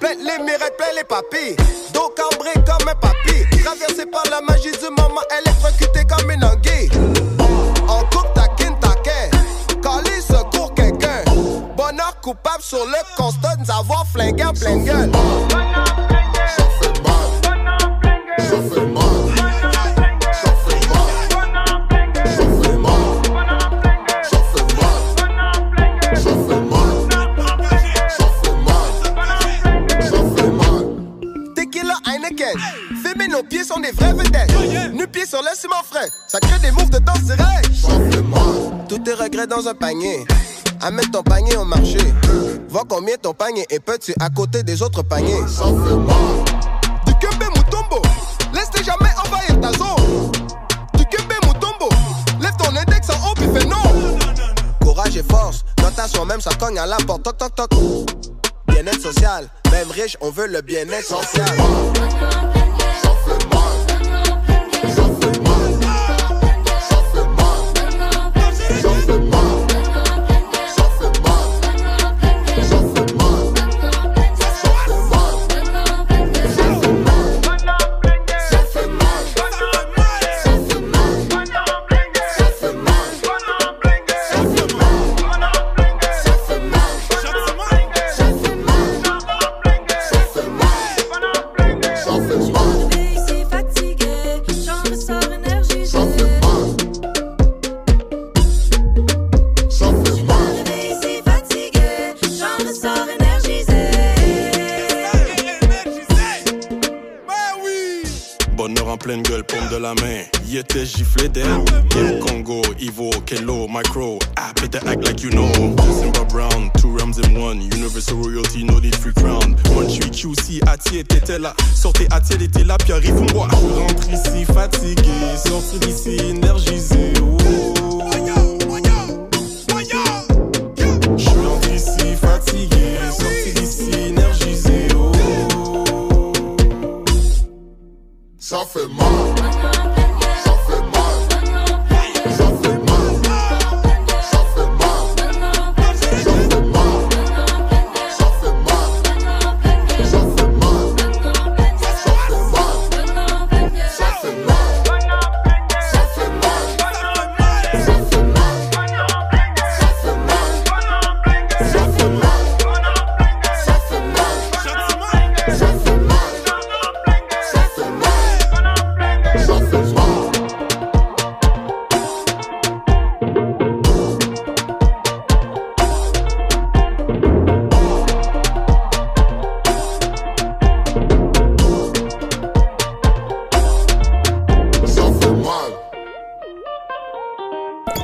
Plein les mirettes, plein les papilles. Dos cambré comme un papy. Traversé par la magie du moment, électrocuté comme une anguille. En coupe taquine taquin. Cali secours quelqu'un. Bonheur coupable sur le constat de nous avoir flingué en pleine gueule. Tequila Heineken. Filmer nos pieds sont des vrais vedettes. Nus pieds sur le ciment frais. Ça crée des moves de danse directe. Tous tes regrets dans un panier. Amène ton panier au marché. Vois combien ton panier est petit à côté des autres paniers. Du kembe mutombo. Laisse-les jamais envahir ta zone. Du kembe mutombo. Lève ton index en haut puis fais non. Courage et force. Note à soi-même, ça cogne à la porte. Toc toc toc. Bien-être social. Même riche, on veut le bien-être social.
C'est fatigué, j'en ressors énergie. Ça fait mal. Ça fait mal. C'est fatigué, j'en ressors énergisé.
Bonheur en pleine gueule, pomme de la main. Il était giflé d'air. Kim Congo, Ivo, Kelo, Micro. Ah, better act like you know. December Brown, two rams in one. Universal royalty, no need free crown. One tree QC, Atier était là. Sortez Atier, était là, puis arrive moi. Je rentre ici fatigué, sortir d'ici énergisé. Oh. Je rentre ici fatigué, sortir d'ici énergisé. Oh.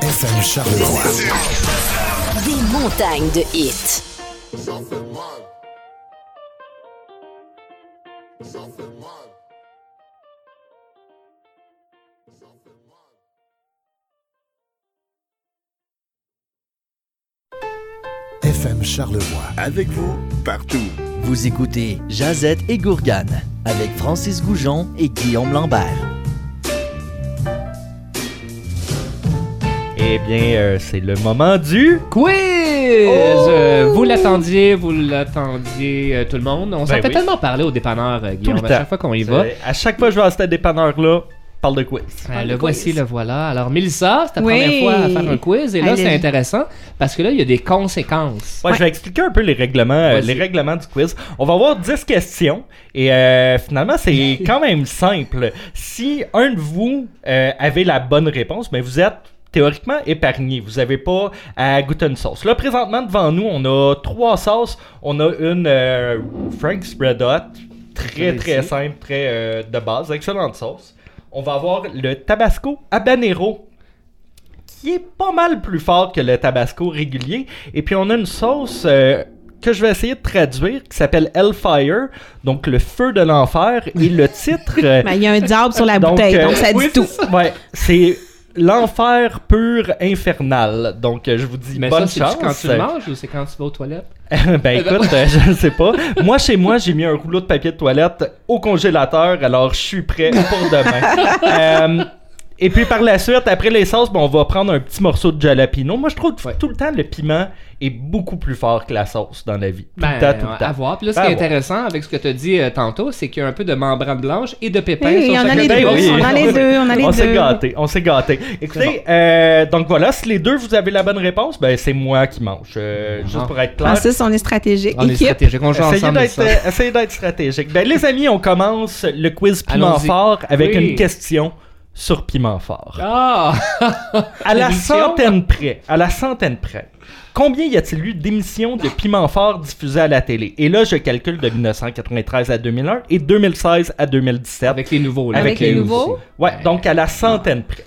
FM Charlevoix.
Des montagnes de hits.
FM Charlevoix. Avec vous, partout.
Vous écoutez Jazette et Gourgane avec Francis Goujon et Guillaume Lambert.
Eh bien, euh, c'est le moment du.
Quiz! quiz!
Oh!
Euh, vous l'attendiez, vous l'attendiez euh, tout le monde. On s'en
Ben
fait
oui.
tellement parler au dépanneur, euh, Guillaume,
le
à
temps.
chaque fois qu'on y va.
Euh, À chaque fois que je vais à ce dépanneur-là, parle de quiz.
Ah, le voici, le voilà. Alors, Mélissa, c'est ta
Oui.
première fois à faire un quiz. Et là,
Allez.
c'est intéressant parce que là, il y a des conséquences.
Ouais, Je vais expliquer un peu les règlements, euh,
Vas-y.
les règlements du quiz. On va avoir 10 questions et euh, finalement, c'est quand même simple. Si un de vous euh, avait la bonne réponse, mais vous êtes théoriquement épargné. Vous n'avez pas à goûter une sauce. Là, présentement, devant nous, on a trois sauces. On a une euh, Frank's Red Hot, très très
Ici.
simple, très euh, de base, excellente sauce. On va avoir le Tabasco Habanero qui est pas mal plus fort que le tabasco régulier. Et puis on a une sauce euh, que je vais essayer de traduire qui s'appelle Hellfire, donc le feu de l'enfer. Et le titre. euh,
Ben, Il y a un diable sur la
donc,
bouteille,
euh,
donc ça dit
oui,
tout.
c'est ça. Ouais, c'est l'enfer pur infernal. Donc euh, je vous dis
Mais
bonne
ça,
chance.
c'est quand tu le manges ou c'est quand tu vas aux toilettes?
ben écoute, euh, je ne sais pas. Moi, chez moi, j'ai mis un rouleau de papier de toilette au congélateur, alors je suis prêt pour demain. Euh, et puis par la suite, après les sauces, ben, on va prendre un petit morceau de jalapeno. Moi, je trouve que tout le temps, le piment est beaucoup plus fort que la sauce dans la vie. Tout
Ben,
le temps, tout le temps.
à voir. Puis là, ce
Ben,
qui est
à voir.
intéressant avec ce que tu as dit euh, tantôt, c'est qu'il y a un peu de membrane blanche et de pépins
Hey,
sur
on a
chacun
les
des
deux,
bords.
on a les deux, on a les
s'est
deux.
gâtés, on s'est gâtés. Écoutez, euh, donc voilà, si les deux vous avez la bonne réponse, ben c'est moi qui mange. Euh,
Ah.
juste pour être clair.
Francis, on est stratégique.
On est
Équipe.
stratégique, on joue
Essayez
ensemble.
d'être,
ça.
euh, essayez d'être stratégique. Ben, les amis, on commence le quiz piment
Allons-y.
fort avec
Oui.
une question sur piment fort.
Ah!
À la
Émission?
centaine près, à la centaine près, combien y a-t-il eu d'émissions de piment fort diffusées à la télé Et là, je calcule de 1993 à 2001 et 2016 à 2017.
Avec les nouveaux, là.
Avec les nouveaux?
Ouais, donc à la centaine près.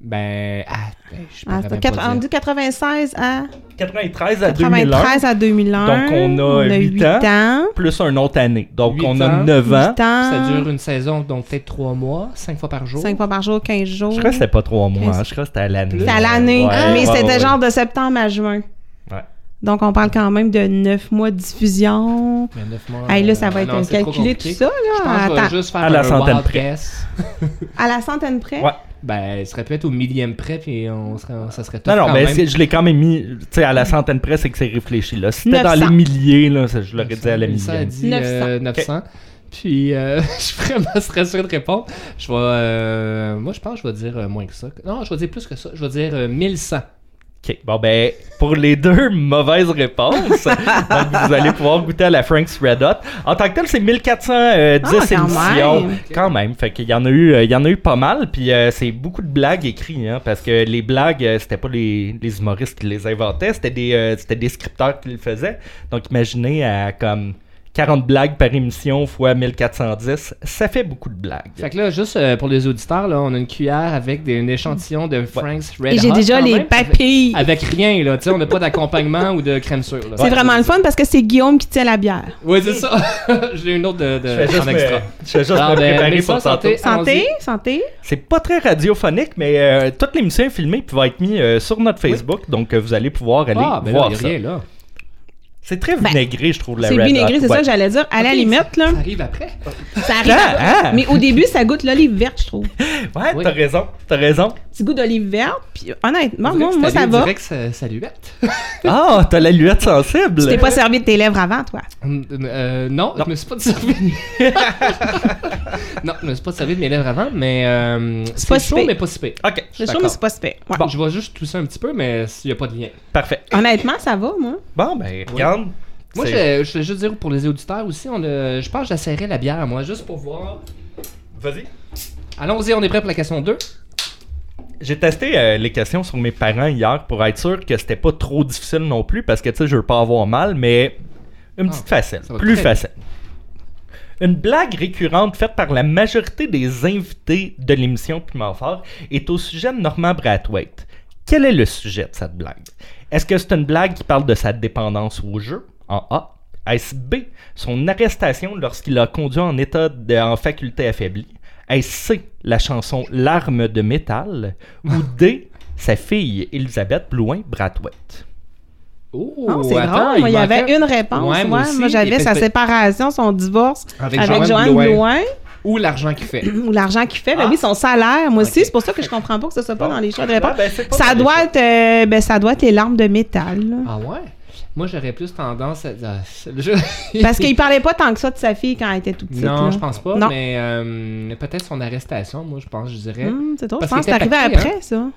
Ben, ah, ben, je
Ah,
pourrais
c'est
même
quatre-
pas
on
dire.
dit 96 à
93 à 2001
93 à 2001.
Donc, on a huit
huit
ans. plus un autre année. Donc
Huit
on
ans.
a 9 ans.
huit ans,
Ça dure une saison, donc peut-être trois mois, cinq fois par jour.
5 fois par jour, 15 jours.
Je crois que c'était pas trois mois,
Quinze.
hein. je crois que c'était à l'année.
C'était à l'année, Ah,
Ouais,
mais
ouais,
c'était
ouais.
genre de septembre à juin.
Ouais.
Donc, on parle quand même de 9 mois de diffusion.
Mais neuf mois,
Hey, là, ça
euh,
va être
non, c'est trop
calculé tout
compliqué.
ça,
Je
là.
pense que je vais
Attends,
juste faire
À la
un
centaine
wild
près.
guess.
à la centaine près.
Ouais.
Ben, ce serait peut-être au millième près, puis on serait, on- ça serait tout
Non, non,
quand
mais
même.
c'est- je l'ai quand même mis, tu sais, à la centaine près, c'est que c'est réfléchi, là. Si c'était dans
900.
les milliers, là, ça, je l'aurais dit à la
Mélissa a
millième.
dit euh, 900. Puis, euh, je suis vraiment stressé de répondre. Je vais. euh, moi, je pense que je vais dire euh, moins que ça. Non, je vais dire plus que ça. Je vais dire euh, 1100.
OK, bon, ben, pour les deux mauvaises réponses, donc vous allez pouvoir goûter à la Frank's Red Hot. En tant que tel, c'est 1410
Ah, quand
émissions.
même.
euh, Quand même, fait qu'il y en a eu, euh, il y en a eu pas mal, puis euh, c'est beaucoup de blagues écrites, hein, parce que les blagues, euh, c'était pas les, les humoristes qui les inventaient, c'était des, euh, c'était des scripteurs qui le faisaient. Donc imaginez à comme 40 blagues par émission fois 1410, ça fait beaucoup de blagues.
Fait que là, juste euh, pour les auditeurs, là, on a une cuillère avec des, un échantillon de Frank's Red
Et j'ai
Hot,
déjà
quand
les
même,
papilles.
Avec rien, là. Tu sais, on n'a pas d'accompagnement ou de crème sûre. là.
C'est vraiment le fun parce que c'est Guillaume qui tient la bière.
Oui, c'est ça. J'ai une autre de, de-
je vais juste,
euh, en extra.
me, je vais juste
Alors,
me
ben,
préparer
mais ça,
pour
santé.
tantôt.
Santé, santé.
C'est pas très radiophonique, mais euh, toute l'émission est filmée puis va être mise euh, sur notre Facebook, donc euh, vous allez pouvoir aller
Ah, ben là,
voir
il
ça.
n'y a rien, là.
C'est très vinaigré, je trouve, la
Ben, C'est
Red
vinaigré,
Hot,
c'est ça
ouais.
que j'allais dire. À la
Ok,
limite, là,
Ça arrive après.
ça arrive.
Ah, ah.
Mais au début, ça goûte l'olive verte, je trouve.
Ouais,
Oui.
t'as raison, t'as raison.
Petit goût d'olive verte. Puis honnêtement,
On dirait
moi,
que
moi,
c'est
ça
allé
va.
direct, ça- ça lui bête.
Ah, t'as la luette sensible.
Tu t'es pas servi de tes lèvres avant, toi.
Hum, euh, non, je me suis pas servi. non, je me suis pas servi de mes lèvres avant, mais euh, c'est
pas si
chaud,
pire.
mais pas si pire.
Ok,
Le show, mais
d'accord.
c'est pas super. Ouais.
Je vais juste tousser un petit peu, mais il n'y a pas de lien.
parfait.
Honnêtement, ça va, moi.
Bon, ben, regarde.
Moi,
c'est-
je, je vais juste dire pour les auditeurs aussi, on a- je pense que j'essaierai la bière, moi, juste pour voir.
Vas-y.
Allons-y, on est prêt pour la question 2.
J'ai testé euh, les questions sur mes parents hier pour être sûr que c'était pas trop difficile non plus, parce que tu sais, je veux pas avoir mal, mais une
Ah,
petite facile,
ça va
plus
très bien.
facile. Une blague récurrente faite par la majorité des invités de l'émission Piment Fort est au sujet de Norman Brathwaite. Quel est le sujet de cette blague? Est-ce que c'est une blague qui parle de sa dépendance au jeu, en A? Est-ce B, son arrestation lorsqu'il a conduit en état de, en faculté affaiblie? Est-ce C, la chanson L'arme de métal? Ou D, sa fille Elisabeth Blouin Brathwaite?
Oh,
Non, Ah, c'est
attends,
drôle. Moi, il y avait
manquait-
une réponse.
Ouais,
Ouais,
moi
moi,
aussi,
j'avais
et
sa
peut-être-
séparation, son divorce
Avec
avec,
Joanne
Joanne
Blouin. Ah.
Blouin.
ou l'argent qu'il fait.
ou l'argent qu'il fait, ben oui, son salaire. Moi aussi, c'est pour ça que je comprends pas que ça soit pas dans les choix
Ah,
de réponse.
ben,
ça, doit être, euh, ben, ça doit être les larmes de métal. là.
Ah ouais? Moi, j'aurais plus tendance à. ah, c'est-
Parce qu'il parlait pas tant que ça de sa fille quand elle était toute petite.
Non,
là.
je pense pas,
Non.
mais euh, peut-être son arrestation, moi, je pense, je dirais.
Hum, c'est drôle, je
Parce
pense que
qu'il
c'est
était
arrivé
paquet, hein.
après, ça.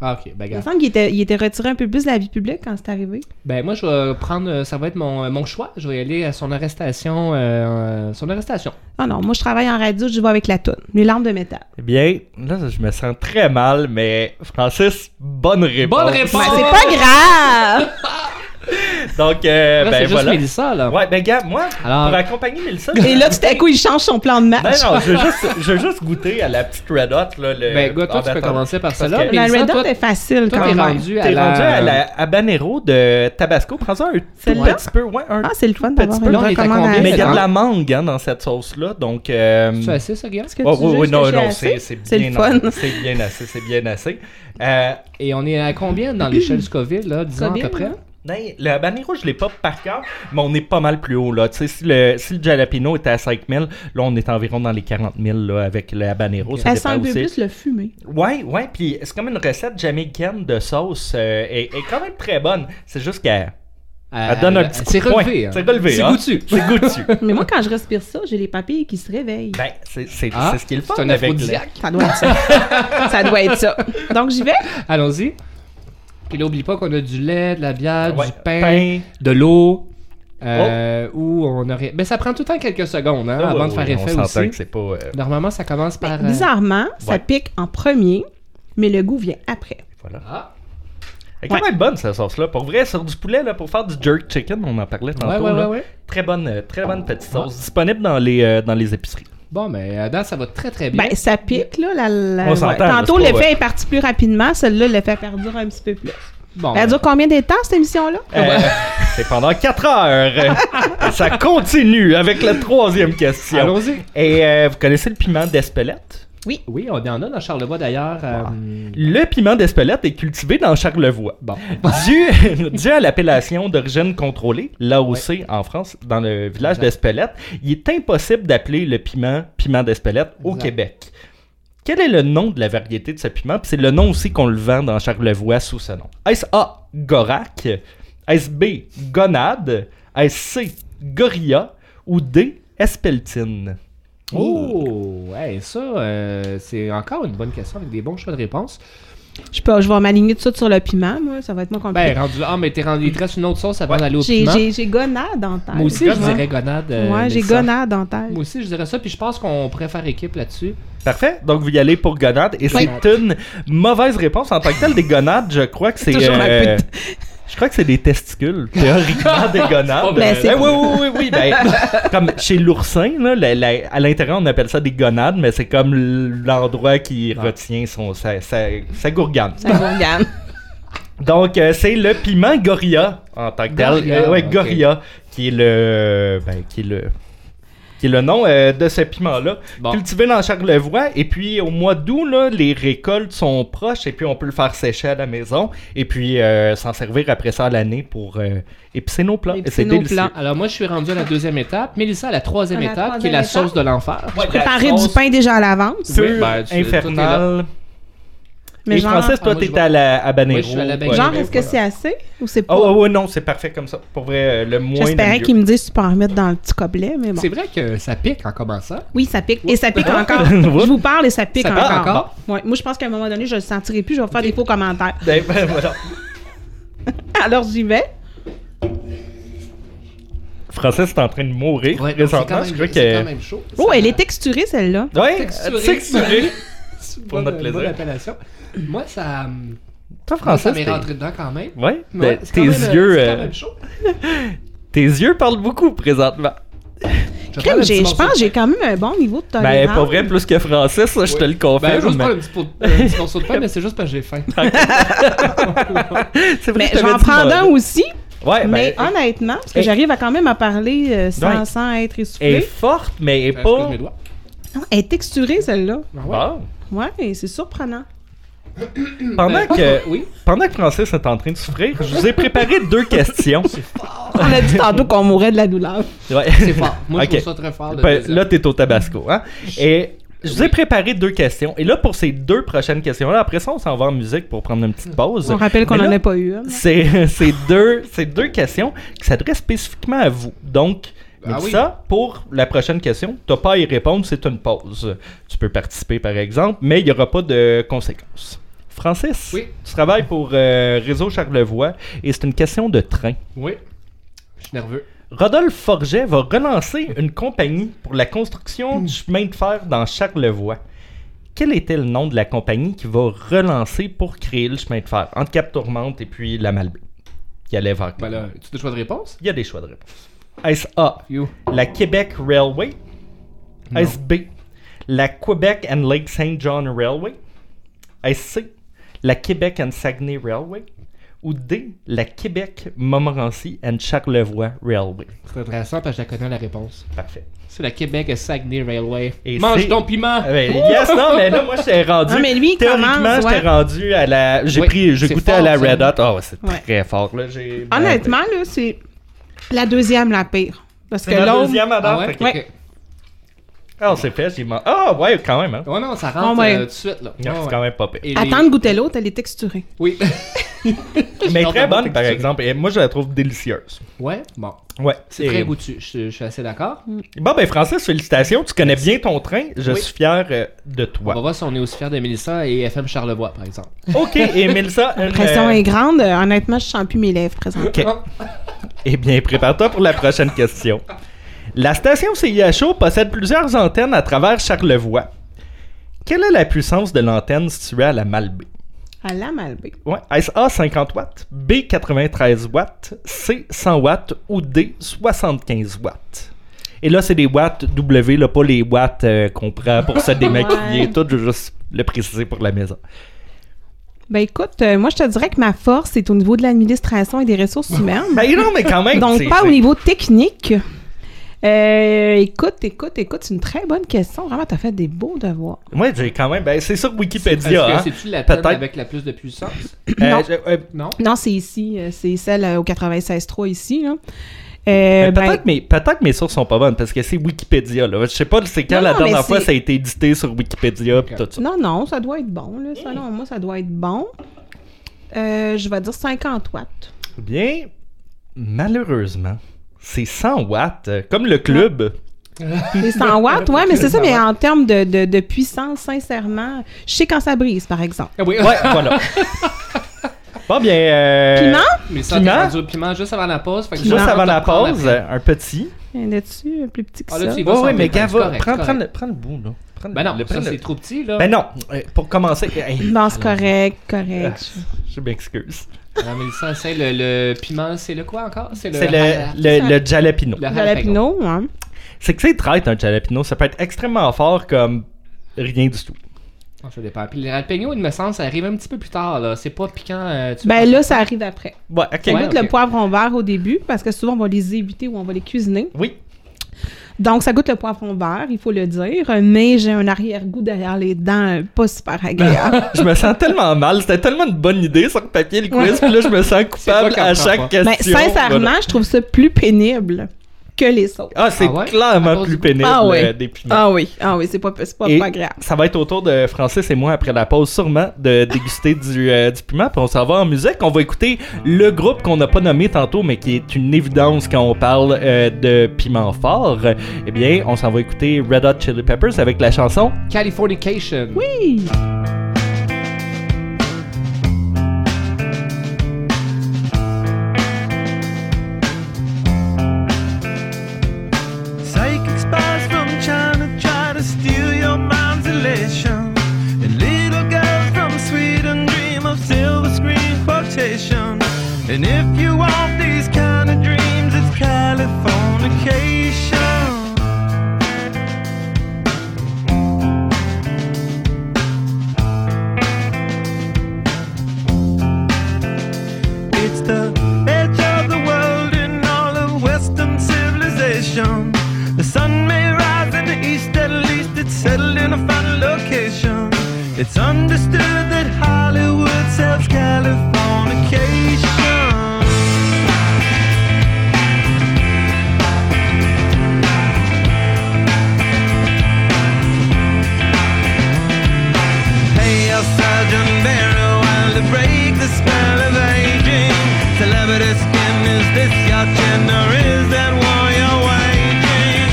Ah, ok, ben,
Il me
regarde.
semble qu'il était, il était retiré un peu plus de la vie publique quand c'est arrivé.
Ben, moi, je vais prendre. euh, Ça va être mon, euh, mon choix. Je vais aller à son arrestation. euh, son arrestation.
Ah non, moi je travaille en radio, je vais avec la toune. Les larmes de métal.
Eh bien, là, je me sens très mal, mais Francis, bonne réponse.
Bonne réponse!
Ben, c'est pas grave!
Donc, euh,
Là, c'est
ben
juste
voilà.
Mélissa, là.
Ouais, ben, gars, moi,
Alors-
pour accompagner Mélissa,
Et là, tout à coup, il change son plan de
Ben
match.
non, je veux juste, je veux juste goûter à la petite Red Hot. Là, le,
Ben, gars, toi,
en
tu peux
attendant.
commencer par
Parce
celle-là.
que-
mais
la
ça,
Red
toi-
Hot est facile
Toi,
quand
t'es
même.
rendu à
T'es
la.
rendu à la habanero de Tabasco. Prends-en un tout
Celle-là?
petit peu. Ouais, un
Ah, c'est le fun d'avoir
petit peu.
une
Là, on est à
recommandation.
combien,
Mais il y a
hein?
de la mangue hein, dans cette sauce-là, donc... euh,
Tu as assez, ça, Guillaume?
Est-ce que tu
oh, oui,
juges
oui,
que
non,
j'ai
non,
assez?
c'est c'est
C'est
bien,
le fun.
assez, c'est bien assez, c'est bien assez. Euh,
Et on est à combien dans l'échelle du COVID, là? 10 ans à
Covid,
peu près?
là?
ben, le habanero, je l'ai pas par cœur, mais on est pas mal plus haut, là. Tu sais, si le, si le jalapeno était à 5000, là, on est environ dans les 40 000, là, avec le habanero. Ça
Elle sent
dépend
un peu
aussi.
plus le fumé.
Ouais, ouais, puis c'est comme une recette jamaïcaine de sauce. euh, et, et quand même très bonne. C'est juste qu'elle elle donne un petit coup
C'est
de poing.
relevé. hein.
C'est relevé.
C'est
hein.
goûtu.
C'est goûtu.
Mais moi, quand je respire ça, j'ai les papilles qui se réveillent.
ben, c'est c'est-
Ah,
c'est ce qui est le fun
C'est un
avec le-
aphrodisiaque.
Ça doit être ça. ça doit être ça. Donc, j'y vais.
Allons-y. Puis là, oublie pas qu'on a du lait, de la bière,
Ouais,
du pain,
pain. Oh.
de l'eau. euh, Ou on aurait. Mais ça prend tout le temps quelques secondes hein,
Ah,
avant
ouais,
de faire
ouais,
effet
On s'entend
aussi.
que c'est pas. euh,
Normalement, ça commence par. euh,
Bizarrement, ça
ouais.
pique en premier, mais le goût vient après.
voilà.
Ah.
Elle est quand
Ouais.
même bonne, cette sauce-là. Pour vrai, sur du poulet, là, pour faire du jerk chicken, on en parlait tantôt.
Ouais, ouais,
là.
ouais, ouais.
Très bonne, euh, très bonne petite sauce. Disponible dans les, euh, dans les épiceries.
Bon, mais à date, ça va très très bien.
Ben, ça pique, là. La, la-
On s'entend,
ouais.
là,
Tantôt,
c'est pas,
l'effet
ouais.
est parti plus rapidement. Celle-là, l'effet perdure un petit peu plus. Ben,
bon, euh,
Elle dure combien de temps, cette émission-là?
Euh, c'est pendant 4 heures. Et ça continue avec la troisième question.
Allons-y.
Et euh, vous connaissez le piment d'Espelette?
Oui, on en a dans Charlevoix d'ailleurs. euh,
Le piment d'Espelette est cultivé dans Charlevoix.
Bon.
Dû, dû à l'appellation d'origine contrôlée, l'AOC en France, dans le village d'Espelette, il est impossible d'appeler le piment piment d'Espelette au
Exact.
Québec. Quel est le nom de la variété de ce piment? Puis c'est le nom aussi qu'on le vend dans Charlevoix sous ce nom. Est-ce A, Gorac? Est-ce B, Gonade? Est-ce C, Gorilla? Ou D, Espeltine?
Oh, hey, ça, euh, c'est encore une bonne question avec des bons choix de réponse.
Je, peux, je vais m'aligner tout ça sur le piment, moi. Ça va être moins compliqué.
Ben, rendu là, ah, mais t'es rendu, il te reste une autre sauce avant d'aller au
J'ai-
piment.
j'ai j'ai gonade en tête.
Moi aussi, je
vois.
dirais gonade. euh,
Ouais, j'ai
Mélissa.
gonade en tête.
Moi aussi, je dirais ça, puis je pense qu'on pourrait faire équipe là-dessus.
Parfait. Donc, vous y allez pour gonade. Et c'est une mauvaise réponse. En tant que telle, des gonades, je crois que c'est.
Toujours un
euh,
peu
je crois que c'est des testicules. Théoriquement, des gonades.
Ben, c'est-
Eh oui, oui, oui, oui. ben, comme chez l'oursin, là, la- la- à l'intérieur, on appelle ça des gonades, mais c'est comme l'endroit qui retient son, sa, sa, sa gourgane.
Ça gourgane.
Donc, euh, c'est le piment Gorilla, en tant que tel.
Gorilla,
Euh, ouais,
ok.
Gorilla, qui est le. ben, qui est le. Qui est le nom euh, de ce piment-là,
Bon.
cultivé dans Charlevoix. Et puis, au mois d'août, là, les récoltes sont proches et puis on peut le faire sécher à la maison et puis euh, s'en servir après ça à l'année pour euh, épicer nos plats.
Épicer
Et c'est
nos
délicieux.
plats.
Alors, moi, je suis rendu à la deuxième étape. Mélissa, à la troisième
À la
étape, qui est la
troisième
sauce de l'enfer.
Ouais,
Préparer
la
du
sauce
pain déjà à l'avance.
pure,
Oui, ben, tu- tout est là.
infernale.
Mais
et
genre,
Francis,
Ah,
toi,
moi, je
t'es
vais-
à la habanero.
Moi, je suis à la habanero.
genre
ben,
est-ce que
voilà.
c'est assez ou c'est
Ah,
pas?
Oh, ouais, ouais, non, c'est parfait comme ça. Pour vrai, euh, le moins.
J'espérais qu'ils me disent tu peux en remettre dans le petit gobelet, mais bon.
C'est vrai que ça pique en commençant.
Oui, ça pique. Et ça pique encore. je vous parle et ça pique
Ça pique
encore.
encore?
Ouais. Moi, je pense qu'à un moment donné, je le sentirai plus. Je vais faire des faux commentaires.
Ben, voilà.
Alors, j'y vais.
Francis est en train de mourir
Ouais, non, c'est
présentement.
quand,
je
même-
crois
c'est quand
que.
même chaud.
Oh, elle est texturée, celle-là.
Ouais,
Texturé.
texturé.
Pour
notre plaisir.
Bonne appellation. Moi,
Ah,
ça, hum,
Toi,
ça
Francis.
m'est
t'es-
rentré dedans quand même.
Ouais,
Ouais,
ben,
c'est
tes
quand même, euh,
yeux.
c'est quand
euh,
même chaud.
tes yeux parlent beaucoup présentement.
Ah, Je vais prendre
Crème,
un petit
j'ai- je
morceau.
pense que j'ai quand même un bon niveau de tolérance.
Ben, pas vrai, plus que Francis, ça, je te le
Ben,
confirme.
juste
mais-
prendre un petit, pot- un petit morceau de pain, mais c'est juste parce que j'ai faim.
C'est vrai
Mais
que
je
t'avais
vais en
dit
prendre
mode.
un aussi,
Ouais, ben,
mais honnêtement, parce que
Hey.
j'arrive à quand même à parler euh, sans,
Ouais.
sans être
Elle est
essoufflée.
forte, mais elle est
Excuse
pas.
mes doigts.
Non, elle est texturée, celle-là.
Ah Ben, ouais.
Bon.
Ouais, c'est surprenant.
Pendant
Euh,
que, pendant que Francis est en train de souffrir, je vous ai préparé deux questions.
On a dit tantôt qu'on mourait de la douleur.
Ouais.
C'est fort. Moi, je
Ok.
trouve ça très fort, le
Ben,
désordre.
là, t'es au tabasco. Hein? Et je vous ai préparé deux questions. Et là, pour ces deux prochaines questions-là, après ça, on s'en va en musique pour prendre une
Mm.
petite pause.
On rappelle qu'on
Mais
n'en
là,
a pas eu. hein.
C'est c'est deux, c'est deux questions qui s'adressent spécifiquement à vous. Donc,
Ah oui.
ça, pour la prochaine question, t'as pas à y répondre, c'est une pause. Tu peux participer, par exemple, mais il n'y aura pas de conséquences. Francis,
Oui.
tu travailles pour euh, Réseau Charlevoix et c'est une question de train.
Oui. Je suis nerveux.
Rodolphe Forget va relancer une compagnie pour la construction du chemin de fer dans Charlevoix. Quel était le nom de la compagnie qui va relancer pour créer le chemin de fer entre Cap-Tourmente et puis la Malbaie qui allait vers
Ben là, tu as des choix de réponse?
Il y a des choix de réponse. Est-ce A,
You.
la Québec Railway Est-ce B, la Quebec and Lake St. John Railway Est-ce C, la Québec and Saguenay Railway Ou D, la Québec Montmorency and Charlevoix Railway
C'est intéressant parce que je la connais la réponse.
Parfait.
C'est la Québec à Saguenay Railway.
Et
Mange
c'est-
ton piment!
Ah ben, yes, non, mais là, moi, j'étais rendu.
Ah, mais lui, il
théoriquement,
commence,
j'étais
ouais.
rendu à la. J'ai
Oui,
pris, j'ai
c'est
goûté à
fort,
la
ça.
Red Hot. Ah, ouais, c'est
Ouais. Ah,
très fort, là. J'ai-
Honnêtement, là, c'est la deuxième la pire. Parce que
c'est la
l'autre.
deuxième à
Ah
date.
ouais?
fait que-
Ok.
Ah, on s'est fait, j'ai man- Ah, ouais, quand même, hein.
Ouais, non, ça rentre
Oh, ouais.
euh, tout de suite, là.
Non,
Ouais,
c'est
ouais.
quand même pas pire.
Et les-
Attends de goûter l'autre, elle est texturée.
Oui.
Mais
Genre
très
de
bonne,
bonne
par
texture.
exemple. Et moi, je la trouve délicieuse.
ouais, bon.
Ouais.
C'est très goûtu. Je, je suis assez d'accord.
Mm.
Bon, ben, Francis, félicitations. Tu connais bien ton train. Je
Oui.
suis fier euh, de
On va
toi.
voir si on est aussi fiers de Mélissa et FM Charlevoix, par exemple.
OK, et Mélissa. une,
La pression
euh,
est grande. euh, Honnêtement, je sens plus mes lèvres présentement.
OK.
Oh.
Eh bien, prépare-toi pour la prochaine question. La station CIHO possède plusieurs antennes à travers Charlevoix. Quelle est la puissance de l'antenne située à la Malbaie?
À la Malbé.
Ouais. Est-ce A 50 watts, B 93 watts, C 100 watts ou D 75 watts? Et là, c'est des watts W, là, pas les watts euh, qu'on prend pour se démaquiller et
Ouais.
tout. Je veux juste le préciser pour la maison.
Ben écoute, euh, moi je te dirais que ma force c'est au niveau de l'administration et des ressources humaines.
Ben non, mais quand même.
Donc
c'est-
pas au
c'est-
niveau technique. Euh, écoute, écoute, écoute, c'est une très bonne question. Vraiment, t'as fait des beaux devoirs.
Ouais, j'ai quand même. Ben, c'est sur
Est-ce que
Wikipédia. hein.
c'est-tu la
Peut-être.
table avec la plus de puissance?
Euh,
Non.
je- euh,
Non?
Non, c'est ici, euh, c'est celle euh, au 96.3 ici. Là. Euh,
Mais
ben,
peut-être mes, peut-être mes sources sont pas bonnes parce que c'est Wikipédia. Là. Je sais pas c'est quand
Non,
la
non,
dernière
mais
fois
c'est-
ça a été édité sur Wikipédia pis tout ça.
Non, non, ça doit être bon. Là. Selon moi, ça doit être bon. Euh, je vais dire 50 watts.
Bien, malheureusement, c'est 100 watts. euh, Comme le club.
C'est 100 watts, ouais, mais c'est ça, mais en termes de, de- de puissance, sincèrement, je sais quand ça brise, par exemple.
Ah oui.
Ouais, voilà. Bon, bien. euh,
Piment?
Mélissa,
Piment?
t'as rendu au piment juste avant la pause. Fait que
Juste
je vais
avant
te
la
prendre
pause,
après.
euh, un petit.
Il y en a-tu euh, plus petit que
Ah,
ça?
là, tu y
Ouais,
vas sans
ouais, mais
méthode,
gars,
c'est
va-
correct,
prends,
c'est
prends le,
correct.
prends le bout. Là. Prends le-
Ben non,
le-
ça
prends le-
c'est trop petit, là.
Ben non, euh, pour commencer. hey,
Non, c'est correct, correct.
je m'excuse.
Ah, Mélissa, c'est le, le piment, c'est le quoi encore? C'est le...
C'est
Ah,
le, le, le jalapino.
le jalapeno.
Jalapino, hein?
C'est que c'est traite un jalapino. Ça peut être extrêmement fort comme rien du tout.
Ah, Ça dépend. Puis le jalapeno, il me semble, ça arrive un petit peu plus tard, là. C'est pas piquant. euh, tu
Ben
vois.
là, ça arrive après.
Ouais, ok.
On
Ouais.
goûte le
ok.
poivron vert au début, parce que souvent, on va les éviter ou on va les cuisiner.
Oui.
Donc, ça goûte le poivron vert, il faut le dire, mais j'ai un arrière-goût derrière les dents euh, pas super agréable.
Je me sens tellement mal. C'était tellement une bonne idée sur le papier, le quiz. Puis là, je me sens coupable
C'est toi
à
qui en
chaque
prends
question.
Mais sincèrement,
Voilà.
je trouve ça plus pénible que les autres.
Ah, c'est
Ah ouais? À
clairement
cause
plus
du-
pénible
Ah ouais.
euh, des piments.
Ah oui, ah oui, c'est pas, c'est pas,
Et
pas agréable.
ça va être au tour de Francis et moi après la pause sûrement de déguster du, euh, du piment puis on s'en va en musique on va écouter
Ah.
le groupe qu'on n'a pas nommé tantôt mais qui est une évidence quand on parle euh, de piment fort eh bien on s'en va écouter Red Hot Chili Peppers avec la chanson
Californication. Oui.
Psychic spies from China try to steal your mind's elation. And little girls from Sweden dream of silver screen quotation. And if you want these kind of dreams, it's Californication. It's the edge of the world in all of Western civilization. The sun may rise in the east, at least it's settled in a final location. It's
It's understood that Hollywood sells Californication. Hey, El Sergeant Barrow, while to break the spell of aging. Celebrity skin, is this your chin or is that war you're waging?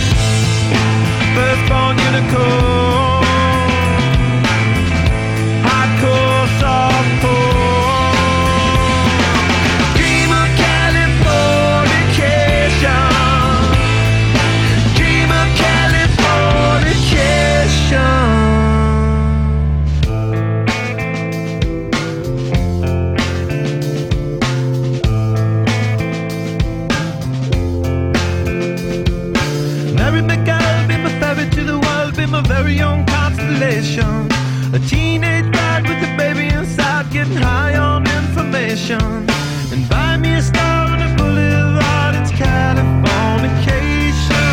Firstborn unicorn, hardcore softcore. Dream of Californication. Dream of Californication. Mary McGill, be my fairy to the world, be my very own constellation. A teenage bride with a baby inside, getting high on information. And buy me a star on a boulevard, it's Californication.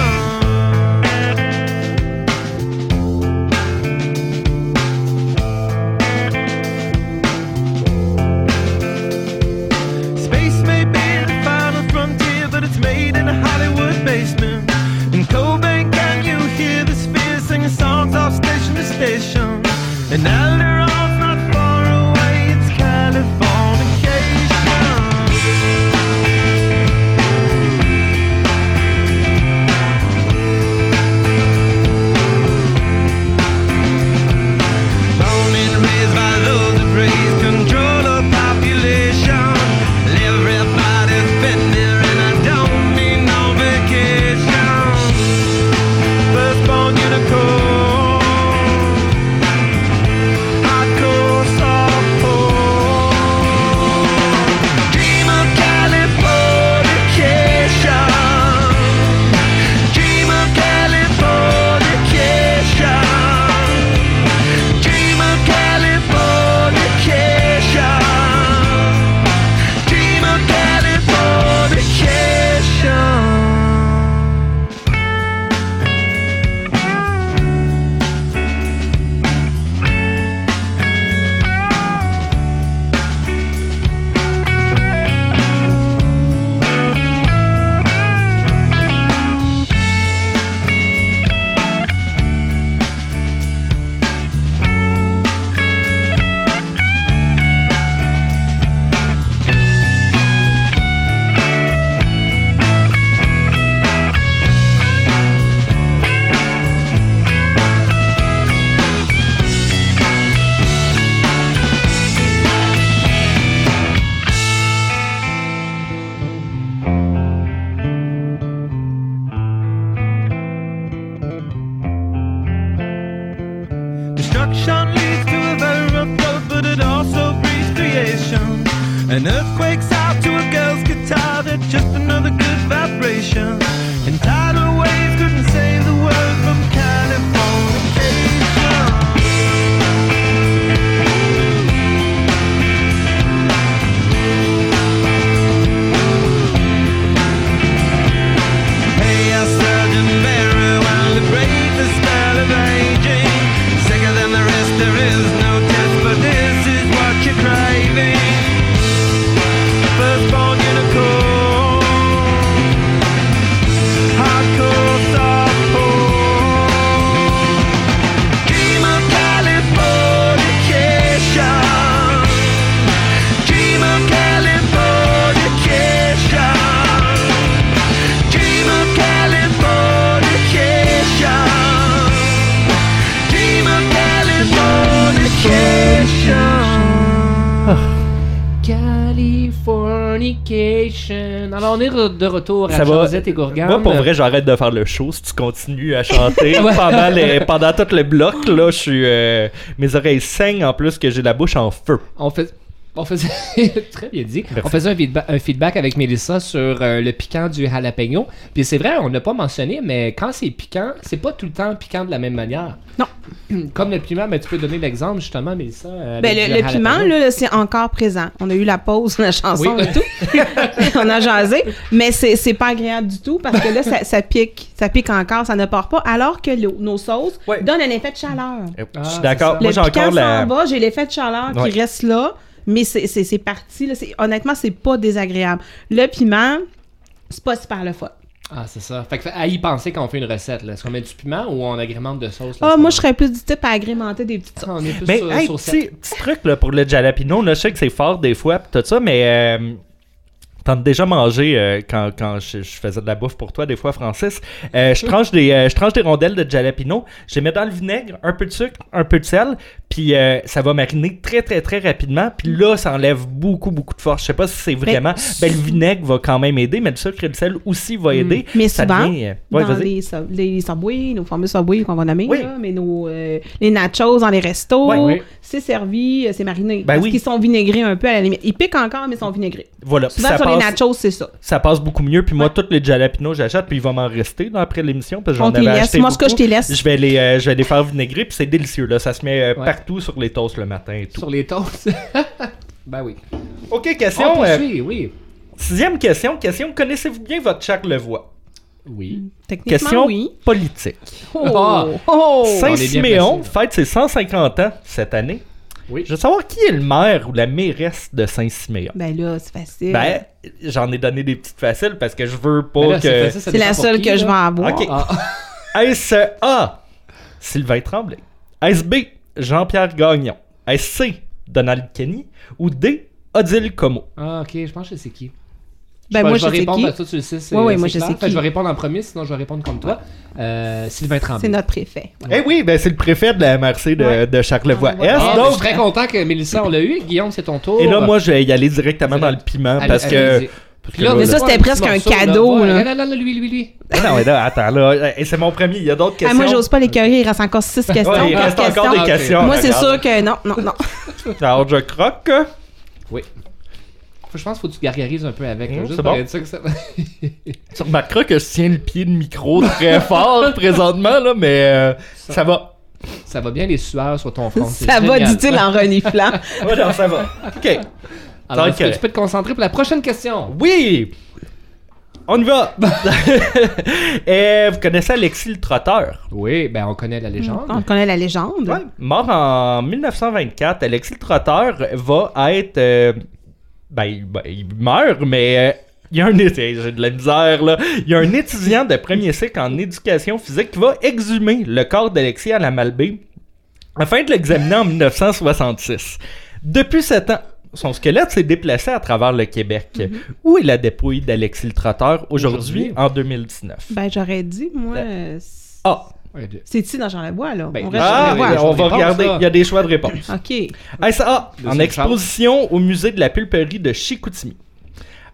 Space may be the final frontier, but it's made in a Hollywood basement. In Cobain, can you hear the sphere singing songs off station to station? And Alderon's not far away, it's Californication. Born and raised by those that praise control of population. Everybody's been there and I don't need no vacation. Firstborn unicorn. Hardcore softcore. Dream of Californication. Dream of Californication. Dream of Californication. Dream of Californication. Destruction leads to a very rough road, but it also breeds creation. An earthquake's out to a girl's guitar, that's just another good vibration. And tidal waves couldn't save the world from Californication. Hey, I surgeon very well to break the spell of aging. Sicker than the rest, there is no test, but this is what you're craving. Firstborn unicorn, hardcore softcore. Dream of Californication. Dream of Californication. Dream of Californication. Dream of Californication.
Californication. Alors, on est re- de retour à
Ça va.
Josette et Gourgane.
Moi, pour vrai, j'arrête de faire le show si tu continues à chanter
Ouais.
pendant, les- pendant tout le bloc. Là, je suis, euh, mes oreilles saignent en plus que j'ai la bouche en feu.
On fait... On faisait, très bien dit, on faisait un, feedba- un feedback avec Mélissa sur euh, le piquant du jalapeno. Puis c'est vrai, on n'a pas mentionné, mais quand c'est piquant, c'est pas tout le temps piquant de la même manière. Non. Comme le piment, mais tu peux donner l'exemple justement, Mélissa. euh,
Ben,
avec
le,
du
le
jalapeno.
piment, là, c'est encore présent. On a eu la pause, la chanson
Oui.
et tout. on a jasé. Mais c'est c'est pas agréable du tout parce que là, ça, ça pique. Ça pique encore, ça ne part pas. Alors que l'eau- nos sauces donnent un effet de chaleur.
Ah,
Euh, je suis d'accord. Moi,
le
j'ai
piquant
encore la.
s'en va, j'ai l'effet de chaleur
Ouais.
qui reste là, mais c'est- c'est c'est parti. Là, c'est- honnêtement, c'est pas désagréable. Le piment, c'est pas super le fun.
Ah, c'est ça. Fait que, à y penser quand on fait une recette, là. Est-ce qu'on met du piment ou on agrémente de sauce? là,
Ah,
ça
moi,
va?
je serais plus du type à agrémenter des petites sauces.
Mais Ben, hey, petit, petit truc là, pour le jalapeno, là, je sais que c'est fort des fois, pis tout ça, mais euh, t'en as déjà mangé euh, quand, quand je, je faisais de la bouffe pour toi des fois, Francis. Euh, je tranche des euh, je tranche des rondelles de jalapeno, je les mets dans le vinaigre, un peu de sucre, un peu de sel, puis euh, ça va mariner très très très rapidement, puis là ça enlève beaucoup beaucoup de force. Je sais pas si c'est vraiment, ben, le vinaigre va quand même aider, mais le sucre et le sel aussi va aider.
Hmm. Mais
Ça
souvent,
devient, euh, ouais,
dans
vas-y.
les, sub- les Subway, nos fameux Subway qu'on va nommer, là, mais nos, euh, les nachos dans les restos,
Ouais, ouais.
c'est servi, euh, c'est mariné.
Ben
parce
oui.
qu'ils sont vinaigrés un peu à la limite. Ils piquent encore, mais ils sont vinaigrés.
Voilà.
Souvent,
Ça
sur les
passe-
nachos, c'est ça.
ça passe beaucoup mieux. Puis moi, tous les jalapenos, j'achète, puis il va m'en rester dans- après l'émission parce que j'en
On te les
avais
laisse.
acheté
Moi, ce que
beaucoup.
je te laisse.
Je vais les, euh, je vais les faire vinaigrer, puis c'est délicieux. Là. Ça se met euh,
Ouais.
partout sur les toasts le matin et tout.
Sur les toasts. ben oui.
OK, question.
On
euh,
poursuit, oui.
Sixième question. Question, connaissez-vous bien votre Charles Levoix?
Oui.
Techniquement,
Question
Eh ben oui.
politique.
Oh.
Ah.
Oh.
Saint-Siméon fête ses 150 ans cette année. Je veux savoir qui est le maire ou la mairesse de Saint-Siméon.
Ben là, c'est facile.
Ben, j'en ai donné des petites faciles parce que je veux pas
Ben là, c'est
que.
facile, ça C'est dépend la pour seule qui, que là. je vais avoir.
Ok.
Ah.
Est-ce A, Sylvain Tremblay? Est-ce B, Jean-Pierre Gagnon? Est-ce C, Donald Kenny? Ou D, Odile Como?
Ah, ok, je pense que c'est qui.
Ben,
je vais,
moi,
je vais
je sais
répondre
qui.
à toi, tu le sais. c'est-
Ouais, ouais,
c'est
moi, je
clair.
sais
Fait que
qui.
je vais répondre en premier, sinon je vais répondre comme toi. Euh, Sylvain Tremblay.
C'est notre préfet.
Eh oui, ben c'est le préfet de la MRC de, de Charlevoix. Est,
Ah, ben, je suis
donc,
très content que Mélissa, on l'a eu. Guillaume, c'est ton tour.
et là, moi, je vais y aller directement dans le piment
Allez,
parce que.
allez-y.
parce que
Là,
là,
mais ça,
là-
c'était presque un cadeau, là. là, là, lui, lui, lui.
Ah Non, mais là, attends, là, eh, c'est mon premier. Il y a d'autres
Ah,
questions.
moi, j'ose pas les cueillir. Il reste encore six questions.
Ouais, il
quinze
reste encore
questions.
des questions,
Moi, c'est
regarde.
sûr que non, non, non.
Alors, je croque.
Oui. Faut- Je pense qu'il faut que tu gargarises un peu avec. là,
Mmh,
juste
c'est
pour
bon.
être sûr que ça-
Tu remarqueras que je tiens le pied de micro très fort présentement, là, mais euh, ça, va.
Ça va bien, les sueurs sur ton front. c'est
Ça va,
génial.
dit-il en reniflant.
Ouais, non, ça va. OK.
Alors,
Ça va
est-ce que
être
tu peux te concentrer pour la prochaine question?
Oui! On y va! Et vous connaissez Alexis le Trotteur?
Oui, ben on connaît
Mmh,
la légende.
On connaît la légende.
Mort en 1924, Alexis le Trotteur va être. euh, ben, il- ben, il meurt, mais. euh, il y a un étudiant, j'ai de la misère là. Il y a un étudiant de premier cycle en éducation physique qui va exhumer le corps d'Alexis à la Malbaie afin de l'examiner en 1966. Depuis sept ans, son squelette s'est déplacé à travers le Québec. Où est la dépouille d'Alexis le Trotteur Mm-hmm. aujourd'hui,
Aujourd'hui.
en 2019?
Ben, j'aurais dit, moi. euh, c-
Ah!
C'est-tu dans Jean-Lebois, là? on reste
Ah, Euh,
Jean-Lebois.
on va regarder. Il y a des choix de réponse.
OK.
Est-ce A, ah, en
Deuxième
exposition au musée de la pulperie de Chicoutimi?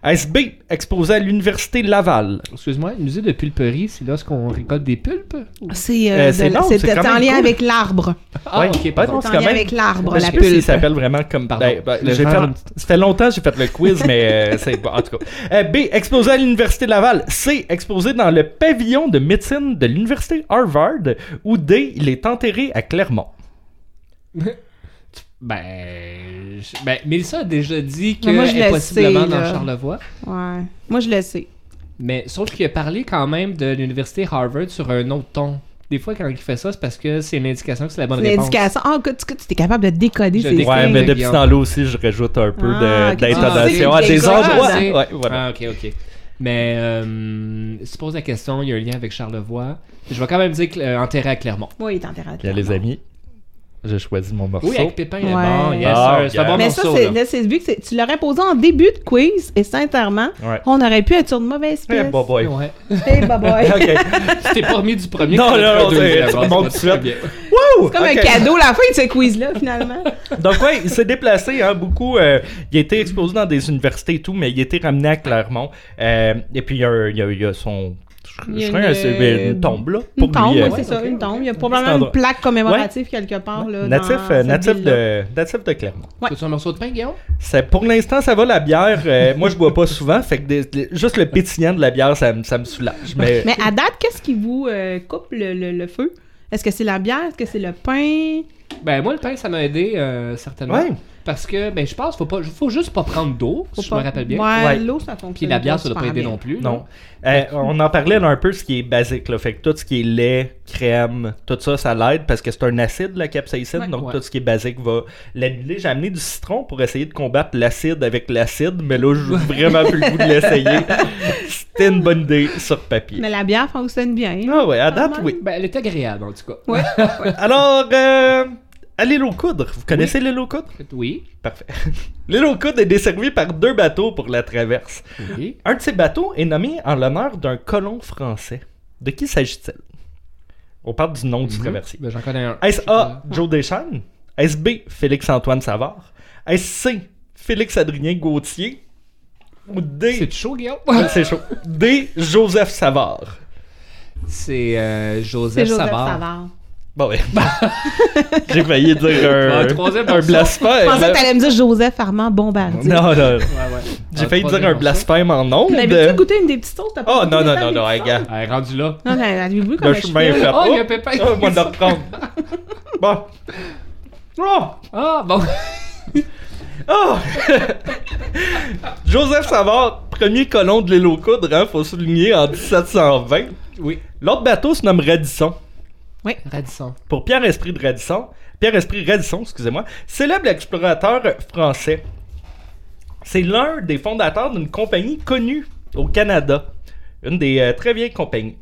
Est-ce B, exposé à l'université Laval?
Excuse-moi, le musée de pulperie, c'est là ce qu'on récolte des pulpes?
C'est
Euh,
euh,
c'est
de la-
non,
c'est
c'est quand
en
même
lien
cool.
avec l'arbre.
Ah,
Ouais.
ok,
Ouais, non,
pardon.
c'est
en
quand
lien
même-
avec l'arbre,
Ben, je
la
sais pas s'il
pulpe.
s'appelle vraiment comme. Ben, ben,
Le
j'ai fait-
genre-
Ça fait longtemps que j'ai fait le quiz, mais euh, c'est. bon, En tout cas. Euh, B. Exposé à l'Université Laval. C. Exposé dans le pavillon de médecine de l'Université Harvard. Ou D. Il est enterré à Clermont.
Ben, je- ben, Mélissa a déjà dit que
Mais moi, je
est
le
possiblement
sais,
dans
là.
Charlevoix.
Ouais. Moi, je le sais.
Mais sauf qu'il a parlé quand même de l'université Harvard sur un autre ton. Des fois, quand il fait ça, c'est parce que c'est une indication que c'est la bonne réponse.
L'éducation. Ah, écoute, tu tu es capable de décoder
Je
ces
décode.
Ouais,
signes.
mais
Guillaume.
depuis ce temps-là aussi, je rajoute un peu
Ah,
de-
ok.
d'intonation
Ah,
à
ok,
des
ok,
endroits.
hein.
ok.
Ouais, voilà.
Ah, ok, ok. Mais euh, si tu poses la question, il y a un lien avec Charlevoix. Je vais quand même dire que, euh, enterré à Clermont.
Oui, il est enterré.
Bien, les amis, j'ai choisi mon morceau.
Oui, avec Pépin,
Ouais.
bon, yes,
Ah,
sir, c'est un
yeah.
bon
Mais ça,
morceau.
c'est
là.
là, c'est vu que c'est- tu l'aurais posé en début de quiz, et sincèrement,
Ouais.
on aurait pu être sur une mauvaise
Eh,
piste.
bye bye.
Ouais.
Hey, bye-bye.
Tu t'es pas remis du premier.
Non,
que tu
non,
as
non,
fait
c'est-
deux,
tu
là,
remontes
bon,
tout de
très
suite.
bien.
Wouh!
C'est comme
Ok.
un cadeau, la fin de ce quiz-là, finalement.
Donc ouais, il s'est déplacé hein, beaucoup. euh, il a été exposé dans des universités et tout, mais il a été ramené à Clermont. Euh, et puis il y a, il y a- il y a son
Il y a euh,
Je crois que c'est ben, une tombe, là.
Une
pour
tombe,
lui,
oui,
euh,
c'est
ouais,
ça,
ok.
une tombe. Il y a probablement
endroit.
une plaque commémorative quelque part. Là,
Natif,
dans
euh,
cette
natif,
ville-là.
de, natif de Clermont.
C'est un morceau de pain, Guillaume?
C'est- pour l'instant, ça va la bière. euh, moi, je bois pas souvent, fait que des- des- juste le pétillant de la bière, ça, me- ça me soulage. Mais,
Mais à date, qu'est-ce qui vous euh, coupe le, le- le feu? Est-ce que c'est la bière? Est-ce que c'est le pain?
Ben moi le pain ça m'a aidé euh, certainement.
Ouais.
Parce que ben je pense faut pas faut juste pas prendre d'eau, si
Faut
je
pas-
me rappelle bien.
Ouais, Ouais. l'eau, ça fonctionne
Puis la bière
pas
ça doit pas
super
aider
bien.
non plus.
non. Euh, on en parlait là, un peu ce qui est basique, là. Fait que tout ce qui est lait, crème, tout ça, ça l'aide parce que c'est un acide, la capsaïcine.
Ouais.
donc
Ouais.
tout ce qui est basique va l'annuler. J'ai amené du citron pour essayer de combattre l'acide avec l'acide, mais là, j'ai vraiment plus le goût de l'essayer. C'était une bonne idée sur papier.
Mais la bière fonctionne bien.
Ah ouais, à date, oui.
Ben, elle est agréable en tout cas.
Ouais.
Alors, euh, à l'île aux coudres, vous connaissez l'île aux coudres
Oui.
Parfait. L'île aux coudres est desservie par deux bateaux pour la traverse. Un de ces bateaux est nommé en l'honneur d'un colon français. De qui s'agit-il On parle du nom du traversier.
Ben, j'en connais un.
Est-ce A, Joe Deschamps Est-ce B, Félix-Antoine Savard Est-ce C, Félix-Adrien Gauthier Ou D. C'est
chaud, Guillaume
C'est chaud. D, Joseph Savard.
C'est euh,
C'est
Joseph,
Joseph
Savard.
Savard.
Bon, ouais. J'ai failli dire un,
Un troisième
un
morceau.
Je
blasphème.
pensais que t'allais me dire Joseph Armand Bombardier.
Non, non.
ouais.
J'ai
Un
failli dire
troisième
un
morceau.
blasphème en ondes.
Mais avez-tu goûté une des petites sauces? T'as pas
Oh
goûté
Ben, non,
le
non,
temps
non,
des
non, hey, gars.
Elle est rendue là.
Non, mais avez-vous
Le
comme
chemin est fait.
Oh, il y a Pépin qui
Oh, on va
sort.
le reprendre. Bon. Oh!
Ah bon.
Oh! Joseph Savard, premier colon de l'île aux coudres, hein, faut souligner, en 1720.
Oui.
L'autre bateau se nomme Radisson.
Oui.
Radisson.
Pour Pierre-Esprit de Radisson, Pierre-Esprit Radisson, excusez-moi, célèbre explorateur français. C'est l'un des fondateurs d'une compagnie connue au Canada. Une des euh, très vieilles compagnies.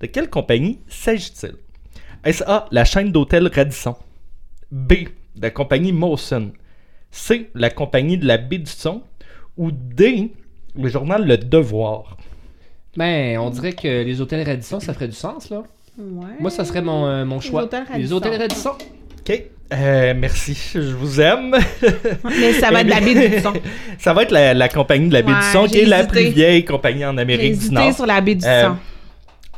De quelle compagnie s'agit-il? Est-ce A, la chaîne d'hôtels Radisson? B, la compagnie Mawson? C, la compagnie de la baie du son? Ou D, le journal Le Devoir?
Ben on dirait que les hôtels Radisson ça ferait du sens là.
Ouais.
Moi ça serait mon, euh, mon choix.
hôtels
Les
Radisson.
hôtels Radisson.
OK. Euh, merci, je vous aime.
Mais ça va être la baie du son.
ça va être la, la compagnie de la baie
Ouais,
du son, qui
j'ai
est la
hésité.
plus vieille compagnie en
J'ai
Amérique du
hésité
Nord.
sur la baie du son.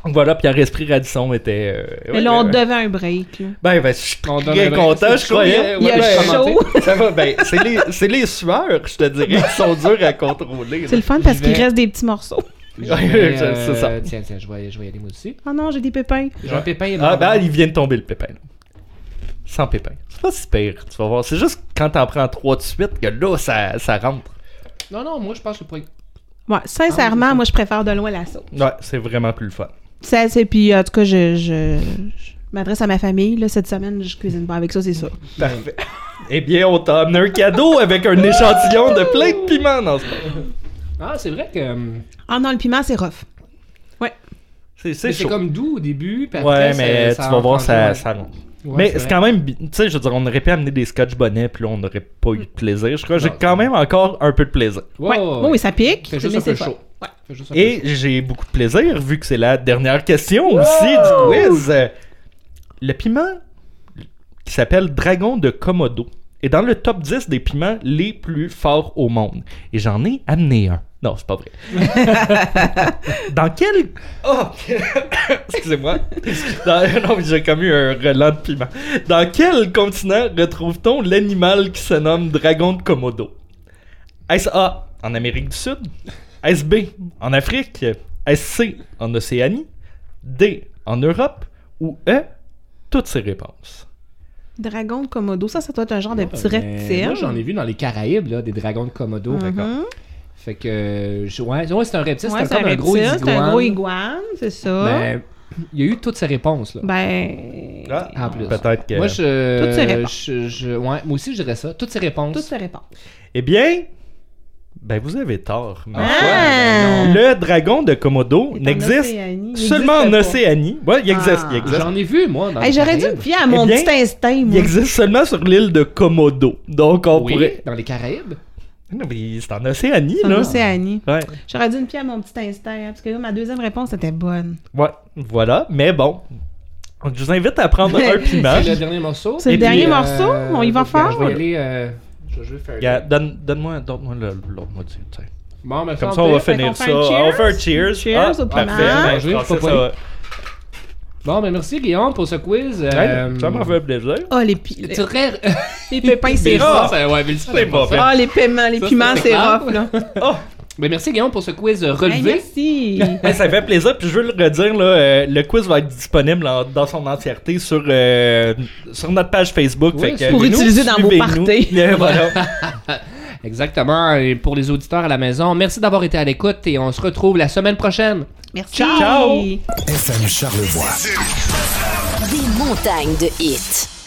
Voilà, Pierre-Esprit Radisson était... euh,
Mais
ouais,
là, on
ouais.
devait un break. là.
Ben, ben, je suis
On donne
très
un break.
content,
C'est
je
chaud,
croyais.
il y a- il y a
ben,
chaud.
Ça va, ben, c'est les, c'est les sueurs, je te dirais, qui sont dures à contrôler.
C'est le fun parce qu'il reste des petits morceaux.
Ouais,
Mais,
c'est- c'est ça.
euh, Tiens, tiens, je vais, je vais y aller moi aussi.
Oh non, j'ai des pépins.
J'ai un pépin.
Ah,
mort.
ben, il vient de tomber le pépin. là. Sans pépin. C'est pas si pire, tu vas voir. C'est juste quand t'en prends trois de suite que là, ça, ça rentre.
Non, non, moi je pense que je pourrais.
Ouais, sincèrement, moi, je préfère de loin la sauce.
Ouais, c'est vraiment plus le fun.
Ah, Ça, c'est puis en tout cas, je, je, je m'adresse à ma famille. Là, cette semaine, je cuisine pas avec ça, c'est sûr.
Parfait. eh bien, on t'a amené un cadeau avec un échantillon de plein de piments dans ce moment.
Ah, c'est vrai que. hum,
Ah non, le piment, c'est rough.
C'est
mais
c'est
C'est
chaud.
comme doux au début. Puis
Ouais,
après,
mais
ça-
tu
ça
vas
en
voir,
prend
ça,
tout,
ça monte.
Ouais,
mais
c'est
c'est
vrai.
quand même. bi- Tu sais, je veux dire, on aurait pu amener des scotch bonnets, puis là, on n'aurait pas eu de plaisir. Je crois que j'ai
Non.
quand même encore un peu de plaisir.
Ouais, ouais, ouais.
Oui, ça pique,
Fait juste un
mais
peu
c'est
chaud.
fun.
Fait juste un peu
Et j'ai beaucoup de plaisir, vu que c'est la dernière question aussi du quiz. Euh, Le piment qui s'appelle Dragon de Komodo est dans le top 10 des piments les plus forts au monde. Et j'en ai amené un. Non, c'est pas vrai. dans quel... Oh! Excusez-moi. Dans- Non, mais j'ai commis un relent de piment. Dans quel continent retrouve-t-on l'animal qui se nomme Dragon de Komodo? Est-ce A en Amérique du Sud? Est-ce B en Afrique? Est-ce C en Océanie? D en Europe? Ou E toutes ces réponses?
Dragon de Komodo, ça, ça doit être un genre de petit
chaud. Mais
reptile.
Moi j'en ai vu dans les Caraïbes, là, des dragons de Komodo.
Mm-hmm.
Mhm.
Fait que. euh, je- Ouais, ouais, c'est un reptile,
Ouais,
c'est comme un, gros
reptile,
iguane.
C'est un gros iguane, c'est ça.
Ben, il y a eu toutes ces réponses, là.
Ben,
Ah, en plus.
Peut-être que-
Moi, je.
Toutes ces réponses.
je- je- ouais, moi aussi, je dirais ça. Toutes ces réponses.
toutes ces réponses.
Eh bien, ben vous avez tort. ma foi.
Ah!
Le dragon de Komodo
Il est en
n'existe
Océanie. Il
seulement en
n'existe pas.
Océanie. Ouais, il existe,
Ah.
il existe.
J'en ai vu, moi. Dans
Hey,
les
J'aurais dû me
Caraïbes.
fier à
Eh
mon
bien,
petit instinct,
Il
moi.
existe seulement sur l'île de Komodo. Donc on
Oui,
pourrait.
dans les Caraïbes.
Non, mais c'est en Océanie,
En
là.
Océanie.
Ouais.
J'aurais dû me fier à mon petit instinct, hein, parce que là, ma deuxième réponse était bonne.
Ouais, voilà. Mais bon, Donc, je vous invite à prendre un piment.
C'est le dernier morceau.
C'est le
Et puis,
dernier
euh,
morceau? On y va
Je
fort?
vais aller. euh, je je vais faire.
Regarde, donne, donne-moi donne-moi le- l'autre moitié, tu sais.
Bon, ben,
Comme ça,
santé.
on va finir ça. Ah,
Fait qu'on fait un
On va faire un cheers.
Cheers
Ah,
au
parfait.
piment.
Ben,
Je vais
je pensais
pas
ça-
poli. Bon, ben merci Guillaume pour ce quiz. euh,
Hey, ça m'a fait plaisir.
Ah, les, pi- les-
Très...
les pépins, c'est
Mais ça,
rough.
ça- ouais, mais ça, c'est pas fait.
Ah, les piments, les
Ça,
piments, c'est
grave.
rough, là.
Ben, merci Guillaume pour ce quiz euh,
Hey,
relevé.
merci.
Hey, ça fait plaisir, puis je veux le redire, là, euh, le quiz va être disponible en- dans son entièreté sur, euh, sur notre page Facebook.
Oui,
fait que,
pour
euh,
utiliser dans vos
suivez-nous.
parties.
Euh, voilà.
Exactement. Et pour les auditeurs à la maison, merci d'avoir été à l'écoute et on se retrouve la semaine prochaine.
Merci.
Ciao.
FM Charlevoix.
Des montagnes de hits.